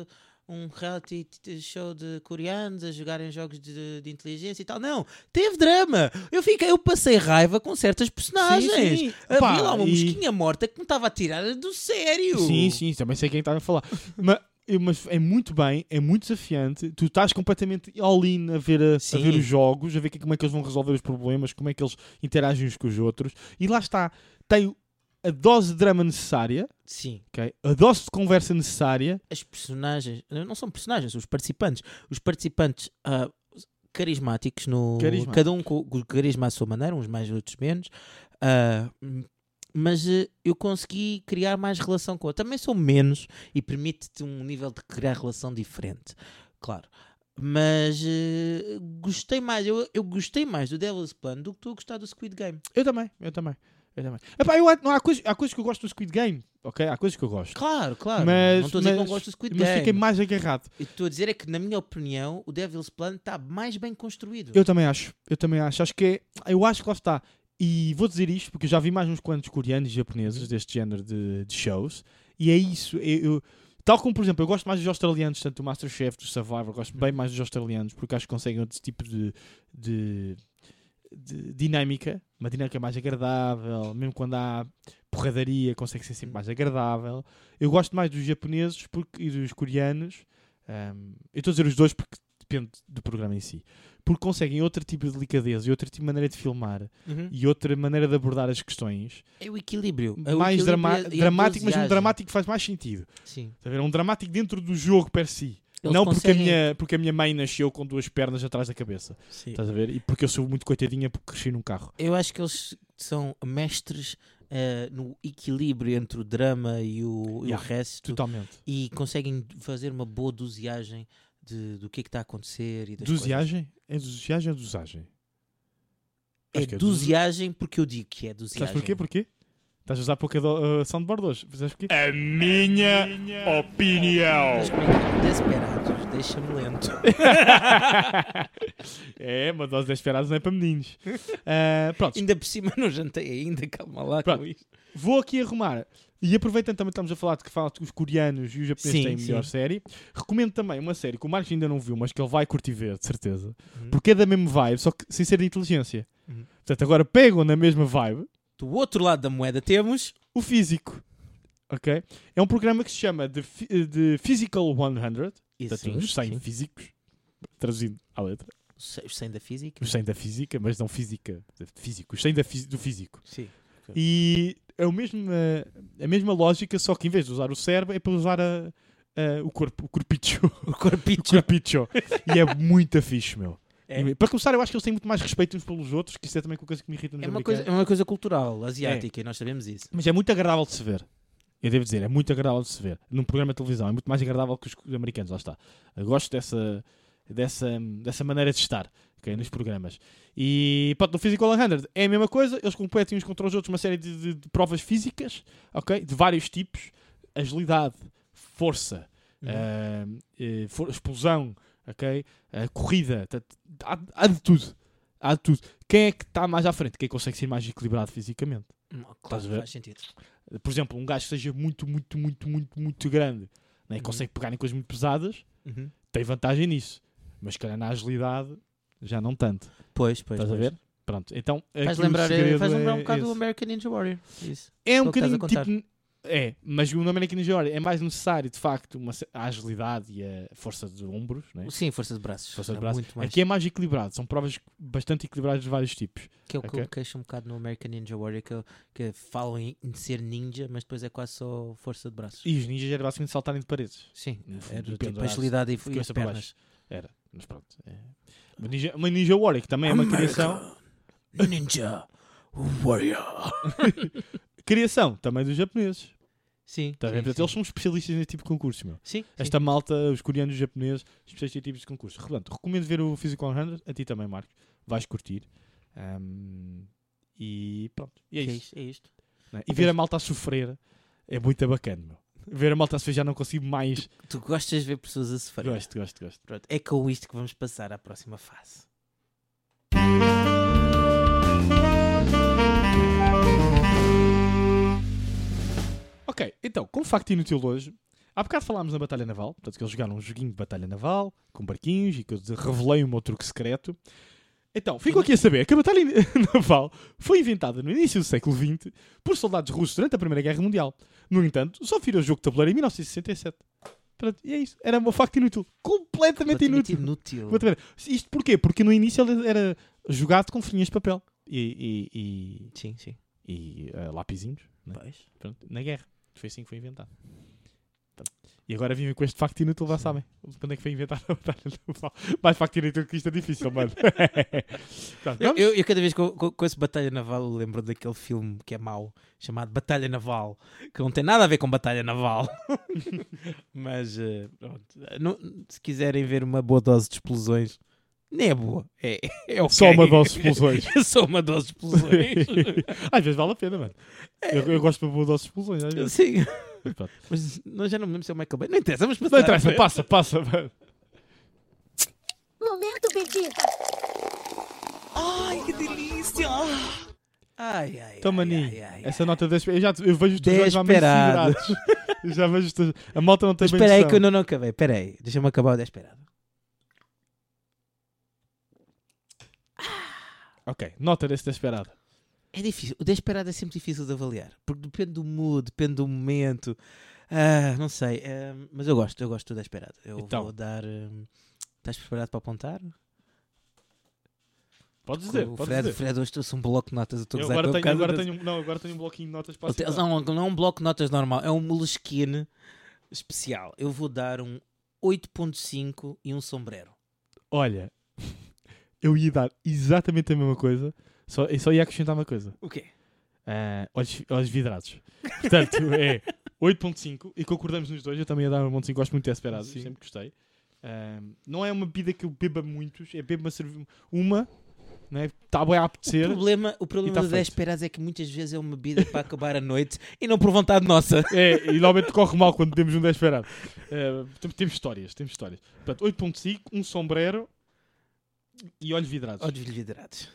[SPEAKER 2] um reality t- show de coreanos a jogarem jogos de, de inteligência e tal. Não, teve drama. Eu fiquei, eu passei raiva com certas personagens.
[SPEAKER 3] Pá,
[SPEAKER 2] Ah, Havia lá uma
[SPEAKER 3] e-
[SPEAKER 2] mosquinha morta que me estava a tirar do sério.
[SPEAKER 3] Sim, sim, também sei quem estava a
[SPEAKER 2] *laughs*
[SPEAKER 3] falar. mas, mas é muito bem, é muito desafiante. Tu estás completamente all-in a ver, a, a
[SPEAKER 2] Sim.
[SPEAKER 3] ver os jogos, a ver que- como é que eles vão resolver os problemas, como é que eles interagem uns com os outros. E lá está, tem a dose de drama necessária,
[SPEAKER 2] Sim,
[SPEAKER 3] ok? a dose de conversa necessária.
[SPEAKER 2] as personagens, não são personagens, são os participantes. Os participantes ah, carismáticos, no,
[SPEAKER 3] Carismáticos.
[SPEAKER 2] cada um com, com o carisma à sua maneira, uns mais, outros menos. Ah, hum, mas eh, eu consegui criar mais relação com a. Também sou menos e permite-te um nível de criar relação diferente, claro. Mas eh, gostei mais, eu, eu gostei mais do Devil's Plan do que estou a gostar do Squid Game.
[SPEAKER 3] Eu também, eu também. Eu também. Epá, eu, acho- não, há, coisas, há coisas que eu gosto do Squid Game, ok? Há coisas que eu gosto.
[SPEAKER 2] Claro, claro.
[SPEAKER 3] Mas-
[SPEAKER 2] não estou a dizer que não
[SPEAKER 3] mas-
[SPEAKER 2] gosto do Squid
[SPEAKER 3] Mas
[SPEAKER 2] Game.
[SPEAKER 3] fiquei mais agarrado.
[SPEAKER 2] Eu Estou a dizer é que, na minha opinião, o Devil's Plan está mais bem construído.
[SPEAKER 3] Eu também acho, eu também acho. Acho que é, eu acho que lá está. E vou dizer isto porque eu já vi mais uns quantos coreanos e japoneses deste género de, de shows. E é isso. Eu, eu- tal como, por exemplo, eu gosto mais dos australianos, tanto do Masterchef, do Survivor, gosto bem mais dos australianos porque acho que conseguem outro tipo de, de- de dinâmica. Uma dinâmica mais agradável, mesmo quando há porradaria, consegue ser sempre mais agradável. Eu gosto mais dos japoneses porque, e dos coreanos. Ahm, eu estou a dizer os dois porque depende do programa em si porque conseguem outro tipo de delicadeza e outro tipo de maneira de filmar
[SPEAKER 2] Uhum.
[SPEAKER 3] e outra maneira de abordar as questões
[SPEAKER 2] É o equilíbrio. É o
[SPEAKER 3] mais
[SPEAKER 2] equilíbrio
[SPEAKER 3] drama-
[SPEAKER 2] e a- e a
[SPEAKER 3] dramático, mas um
[SPEAKER 2] entusiasmo.
[SPEAKER 3] dramático que faz mais sentido.
[SPEAKER 2] Sim.
[SPEAKER 3] Está a ver? Um dramático dentro do jogo per si.
[SPEAKER 2] Eles
[SPEAKER 3] não porque, a
[SPEAKER 2] conseguem-
[SPEAKER 3] minha, porque a minha mãe nasceu com duas pernas atrás da cabeça.
[SPEAKER 2] Sim.
[SPEAKER 3] Estás a ver? E porque eu sou muito coitadinha porque cresci num carro.
[SPEAKER 2] Eu acho que eles são mestres eh, no equilíbrio entre o drama e o, e o
[SPEAKER 3] Yeah.
[SPEAKER 2] resto
[SPEAKER 3] Totalmente.
[SPEAKER 2] e conseguem fazer uma boa dosiagem de, do que é que está a acontecer. E das
[SPEAKER 3] Dosiagem? É dosiagem ou dosagem?
[SPEAKER 2] coisas.
[SPEAKER 3] Acho
[SPEAKER 2] É
[SPEAKER 3] que é
[SPEAKER 2] dosiagem porque eu digo que é dosiagem.
[SPEAKER 3] Sabes porquê? Porquê? Estás a usar pouca do, uh, soundboard hoje. Sabes
[SPEAKER 2] *laughs*
[SPEAKER 3] porquê? *laughs*
[SPEAKER 1] A minha opinião.
[SPEAKER 2] Mas como é que é? Desperados, deixa-me então. lento.
[SPEAKER 3] é, uma dose de esperados não é para
[SPEAKER 2] *laughs*
[SPEAKER 3] meninos. Ah, pronto,
[SPEAKER 2] ainda por cima não jantei ainda, calma lá
[SPEAKER 3] Pronto.
[SPEAKER 2] com isto.
[SPEAKER 3] Vou aqui arrumar. E aproveitando também que estamos a falar de que fala que os coreanos e os japoneses
[SPEAKER 2] Sim,
[SPEAKER 3] têm a melhor
[SPEAKER 2] sim.
[SPEAKER 3] série. Recomendo também uma série que o Marcos ainda não viu, mas que ele vai curtir ver, de certeza.
[SPEAKER 2] Uhum.
[SPEAKER 3] Porque é da mesma vibe, só que sem ser de inteligência.
[SPEAKER 2] Uhum.
[SPEAKER 3] Portanto, agora pegam na mesma vibe
[SPEAKER 2] Do outro lado da moeda temos
[SPEAKER 3] o físico. Ok? É um programa que se chama The, Fi- The Physical 100. Portanto, os 100 físicos. Traduzindo à letra.
[SPEAKER 2] Sim. Os 100 da física?
[SPEAKER 3] Os 100 da física, mas não física. Físico. Os 100 da fisi- do físico.
[SPEAKER 2] Sim.
[SPEAKER 3] E é o mesmo, eh, a mesma lógica, só que em vez de usar o cérebro, é para usar a- a- o corpo, o corpicho.
[SPEAKER 2] *laughs* O corpinho
[SPEAKER 3] O corpicho. e é muito fixe, meu.
[SPEAKER 2] É.
[SPEAKER 3] E, Para começar, eu acho que eles têm muito mais respeito uns pelos outros, que isso é também uma coisa que me irrita nos
[SPEAKER 2] é uma, coisa,
[SPEAKER 3] americanos.
[SPEAKER 2] é uma coisa cultural, asiática, e nós sabemos isso.
[SPEAKER 3] Mas é muito agradável de se ver. Eu devo dizer, é muito agradável de se ver. Num programa de televisão, é muito mais agradável que os os americanos, lá está. Eu gosto dessa, dessa, dessa maneira de estar ok, nos programas. E pronto, no Physical 100 é a mesma coisa, eles competem uns contra os outros uma série de, de- de provas físicas, ok? De vários tipos: agilidade, força,
[SPEAKER 2] Uhum.
[SPEAKER 3] ah, eh, for- explosão, ok? Ah, corrida, tá- há, há de tudo. Há de tudo. Quem é que está mais à frente? Quem consegue ser mais equilibrado fisicamente?
[SPEAKER 2] Hum,
[SPEAKER 3] Estás a
[SPEAKER 2] Claro,
[SPEAKER 3] ver?
[SPEAKER 2] faz sentido.
[SPEAKER 3] por exemplo, um gajo que seja muito, muito, muito, muito, muito grande, né,
[SPEAKER 2] Uhum.
[SPEAKER 3] consegue pegar em coisas muito pesadas,
[SPEAKER 2] Uhum.
[SPEAKER 3] tem vantagem nisso. Mas se calhar na agilidade já não tanto.
[SPEAKER 2] Pois, pois.
[SPEAKER 3] Estás a
[SPEAKER 2] pois.
[SPEAKER 3] ver? Pronto, então.
[SPEAKER 2] Faz
[SPEAKER 3] aqui o
[SPEAKER 2] lembrar,
[SPEAKER 3] segredo
[SPEAKER 2] faz lembrar um
[SPEAKER 3] é
[SPEAKER 2] bocado
[SPEAKER 3] esse.
[SPEAKER 2] do American Ninja Warrior. Isso.
[SPEAKER 3] É um
[SPEAKER 2] Aquilo que estás a
[SPEAKER 3] bocadinho tipo. É, mas o American Ninja Warrior é mais necessário, de facto, uma, ce- a agilidade e a força de ombros, né?
[SPEAKER 2] Sim, força É. de braços.
[SPEAKER 3] Força de
[SPEAKER 2] É
[SPEAKER 3] braços.
[SPEAKER 2] Muito mais.
[SPEAKER 3] Aqui é mais equilibrado, são provas bastante equilibradas de vários tipos.
[SPEAKER 2] Que é o que
[SPEAKER 3] Ok.
[SPEAKER 2] eu me queixo um bocado no American Ninja Warrior, que, eu- que falam em, em ser ninja, mas depois é quase só força de braços.
[SPEAKER 3] E os ninjas era basicamente saltarem de paredes.
[SPEAKER 2] Sim,
[SPEAKER 3] No fundo,
[SPEAKER 2] era tipo
[SPEAKER 3] pendurados,
[SPEAKER 2] agilidade e, e
[SPEAKER 3] cabeça para
[SPEAKER 2] pernas.
[SPEAKER 3] baixo. Era, mas pronto. É. Uma, ninja, uma Ninja Warrior, que também é
[SPEAKER 2] *coughs*
[SPEAKER 3] uma criação.
[SPEAKER 2] Ninja Warrior.
[SPEAKER 3] Criação também dos japoneses.
[SPEAKER 2] Sim.
[SPEAKER 3] Tá a ver?
[SPEAKER 2] sim,
[SPEAKER 3] Portanto,
[SPEAKER 2] sim.
[SPEAKER 3] Eles são especialistas nesse tipo de concurso, meu.
[SPEAKER 2] Sim,
[SPEAKER 3] Esta malta, os coreanos e os japoneses, especialistas em tipos de concurso. Portanto, recomendo ver o Physical 100, a ti também, Marcos. Vais curtir. Ahm, e pronto. E
[SPEAKER 2] sim.
[SPEAKER 3] é
[SPEAKER 2] Que é
[SPEAKER 3] isso.
[SPEAKER 2] isto. É isto.
[SPEAKER 3] né? E ver a malta a sofrer é muito bacana, meu. Ver a malta a sofrer já não consigo mais.
[SPEAKER 2] Tu gostas de ver pessoas a sofrer.
[SPEAKER 3] Gosto, gosto, gosto.
[SPEAKER 2] Pronto, é com isto que vamos passar à próxima fase.
[SPEAKER 3] Ok, então, com facto inútil hoje, há bocado falámos na Batalha Naval, portanto que eles jogaram um joguinho de Batalha Naval, com barquinhos, e que eu de- revelei o meu truque secreto. Então, fico aqui a saber que a Batalha *laughs* Naval foi inventada no início do século XX por soldados russos durante a Primeira Guerra Mundial. No entanto, só virou jogo de tabuleiro em 1967. Pronto, e é isso. Era um facto inútil. Completamente
[SPEAKER 2] Completamente
[SPEAKER 3] inútil.
[SPEAKER 2] inútil.
[SPEAKER 3] Completamente. Isto porquê? Porque no início ele era jogado com folhinhas de papel e, e,
[SPEAKER 2] Sim, sim.
[SPEAKER 3] e, e, eh, lapizinhos. né?
[SPEAKER 2] Pois.
[SPEAKER 3] Pronto, na guerra. Foi assim que foi inventado. Pronto. E agora vivem com este facto inútil, lá sabem. Quando é que foi inventada a batalha naval? Mais facto inútil que isto é difícil, mano. Pronto,
[SPEAKER 2] Eu,
[SPEAKER 3] vamos?
[SPEAKER 2] eu, eu cada vez que eu- com, com esse Batalha Naval eu lembro daquele filme que é mau, chamado Batalha Naval, que não tem nada a ver com Batalha Naval. *laughs* Mas eh, pronto. Não- se quiserem ver uma boa dose de explosões, nem é boa. É, é ok.
[SPEAKER 3] Só uma dose de explosões.
[SPEAKER 2] É *laughs* Só uma dose
[SPEAKER 3] *laughs*
[SPEAKER 2] de explosões.
[SPEAKER 3] às vezes vale a pena, mano. Eu, eu gosto de uma boa dose de explosões, às vezes.
[SPEAKER 2] Sim.
[SPEAKER 3] Pronto.
[SPEAKER 2] Mas nós já não me lembro se é o Michael Bay. Não interessa, vamos passar.
[SPEAKER 3] Não interessa, passa, passa, mano.
[SPEAKER 4] Momento Vegeta.
[SPEAKER 2] Ai, que delícia! Ai, ai,
[SPEAKER 3] Então,
[SPEAKER 2] ai,
[SPEAKER 3] maninho,
[SPEAKER 2] ai, ai,
[SPEAKER 3] essa nota 10. Eu, já, eu vejo os teus olhos já meio
[SPEAKER 2] Desperado.
[SPEAKER 3] segurados. *laughs* Eu já vejo os teus- A malta não tem
[SPEAKER 2] Mas
[SPEAKER 3] bem
[SPEAKER 2] espera aí que
[SPEAKER 3] noção.
[SPEAKER 2] eu não, não acabei. Espera aí. Deixa-me acabar o desesperado.
[SPEAKER 3] Ok, nota desse desesperado.
[SPEAKER 2] É difícil. O desesperado é sempre difícil de avaliar. Porque depende do mood, depende do momento. Ah, não sei. ah, mas eu gosto, eu gosto do desesperado. Eu
[SPEAKER 3] Então.
[SPEAKER 2] vou dar... hum, estás preparado para apontar?
[SPEAKER 3] Podes dizer,
[SPEAKER 2] o
[SPEAKER 3] podes
[SPEAKER 2] Fred,
[SPEAKER 3] dizer.
[SPEAKER 2] Fred hoje trouxe um bloco de notas. Eu estou a
[SPEAKER 3] Eu
[SPEAKER 2] gozar
[SPEAKER 3] agora
[SPEAKER 2] com ele
[SPEAKER 3] tenho,
[SPEAKER 2] por causa
[SPEAKER 3] agora
[SPEAKER 2] das-
[SPEAKER 3] tenho um- não, agora tenho um bloquinho de notas para
[SPEAKER 2] Ele tem-
[SPEAKER 3] aceitar.
[SPEAKER 2] Não, não é um bloco de notas normal. É um moleskine especial. Eu vou dar um 8.5 e um sombrero.
[SPEAKER 3] Olha, *laughs* eu ia dar exatamente a mesma coisa, só, eu só ia acrescentar uma coisa:
[SPEAKER 2] O quê?
[SPEAKER 3] Ah, olhos, olhos vidrados.
[SPEAKER 2] *laughs*
[SPEAKER 3] Portanto, é 8,5 e concordamos nos dois. Eu também ia dar 1,5, gosto muito de esperado,
[SPEAKER 2] Sim.
[SPEAKER 3] sempre gostei. Ah, não é uma bebida que eu beba muitos, é bebo uma, cerve- uma né? está bem a
[SPEAKER 2] O
[SPEAKER 3] apetecer.
[SPEAKER 2] problema, o
[SPEAKER 3] E
[SPEAKER 2] problema
[SPEAKER 3] tá
[SPEAKER 2] do
[SPEAKER 3] feito.
[SPEAKER 2] 10 peradas é que muitas vezes é uma bebida para acabar a noite e não por vontade nossa.
[SPEAKER 3] É, e normalmente corre mal quando temos um 10 esperado. Ah, tem- temos histórias, temos histórias. Portanto, 8,5, um sombrero e olhos vidrados.
[SPEAKER 2] Olhos vidrados.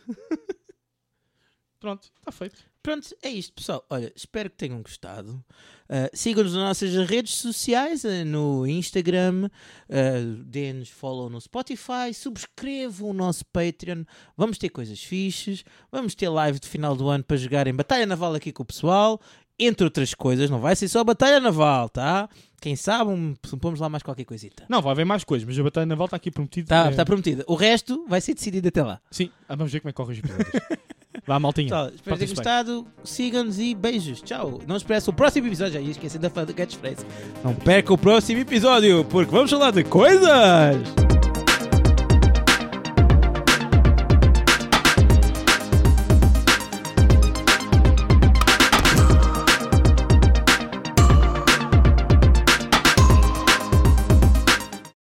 [SPEAKER 3] Pronto, está feito.
[SPEAKER 2] Pronto, é isto, pessoal. Olha, espero que tenham gostado. Ah, Sigam-nos nas nossas redes sociais, eh, no Instagram, ah, deem-nos follow no Spotify, subscrevam o nosso Patreon. Vamos ter coisas fixes, vamos ter live de final do ano para jogar em Batalha Naval aqui com o pessoal, entre outras coisas. Não vai ser só Batalha Naval, tá? Quem sabe, um, pomos lá mais qualquer coisita.
[SPEAKER 3] Não, vai haver mais coisas, mas a batalha naval está aqui prometida.
[SPEAKER 2] Está
[SPEAKER 3] É,
[SPEAKER 2] prometida. O resto vai ser decidido até lá.
[SPEAKER 3] Sim, ah, vamos ver como é que corre os episódios. Vá, maltinha.
[SPEAKER 2] Pessoal, espero ter
[SPEAKER 3] Portem-se bem.
[SPEAKER 2] gostado. Sigam-nos e beijos. Tchau. Não se esqueçam o próximo episódio. Já ia esquecendo da fã do catchphrase. Não perca o próximo episódio, porque vamos falar de coisas.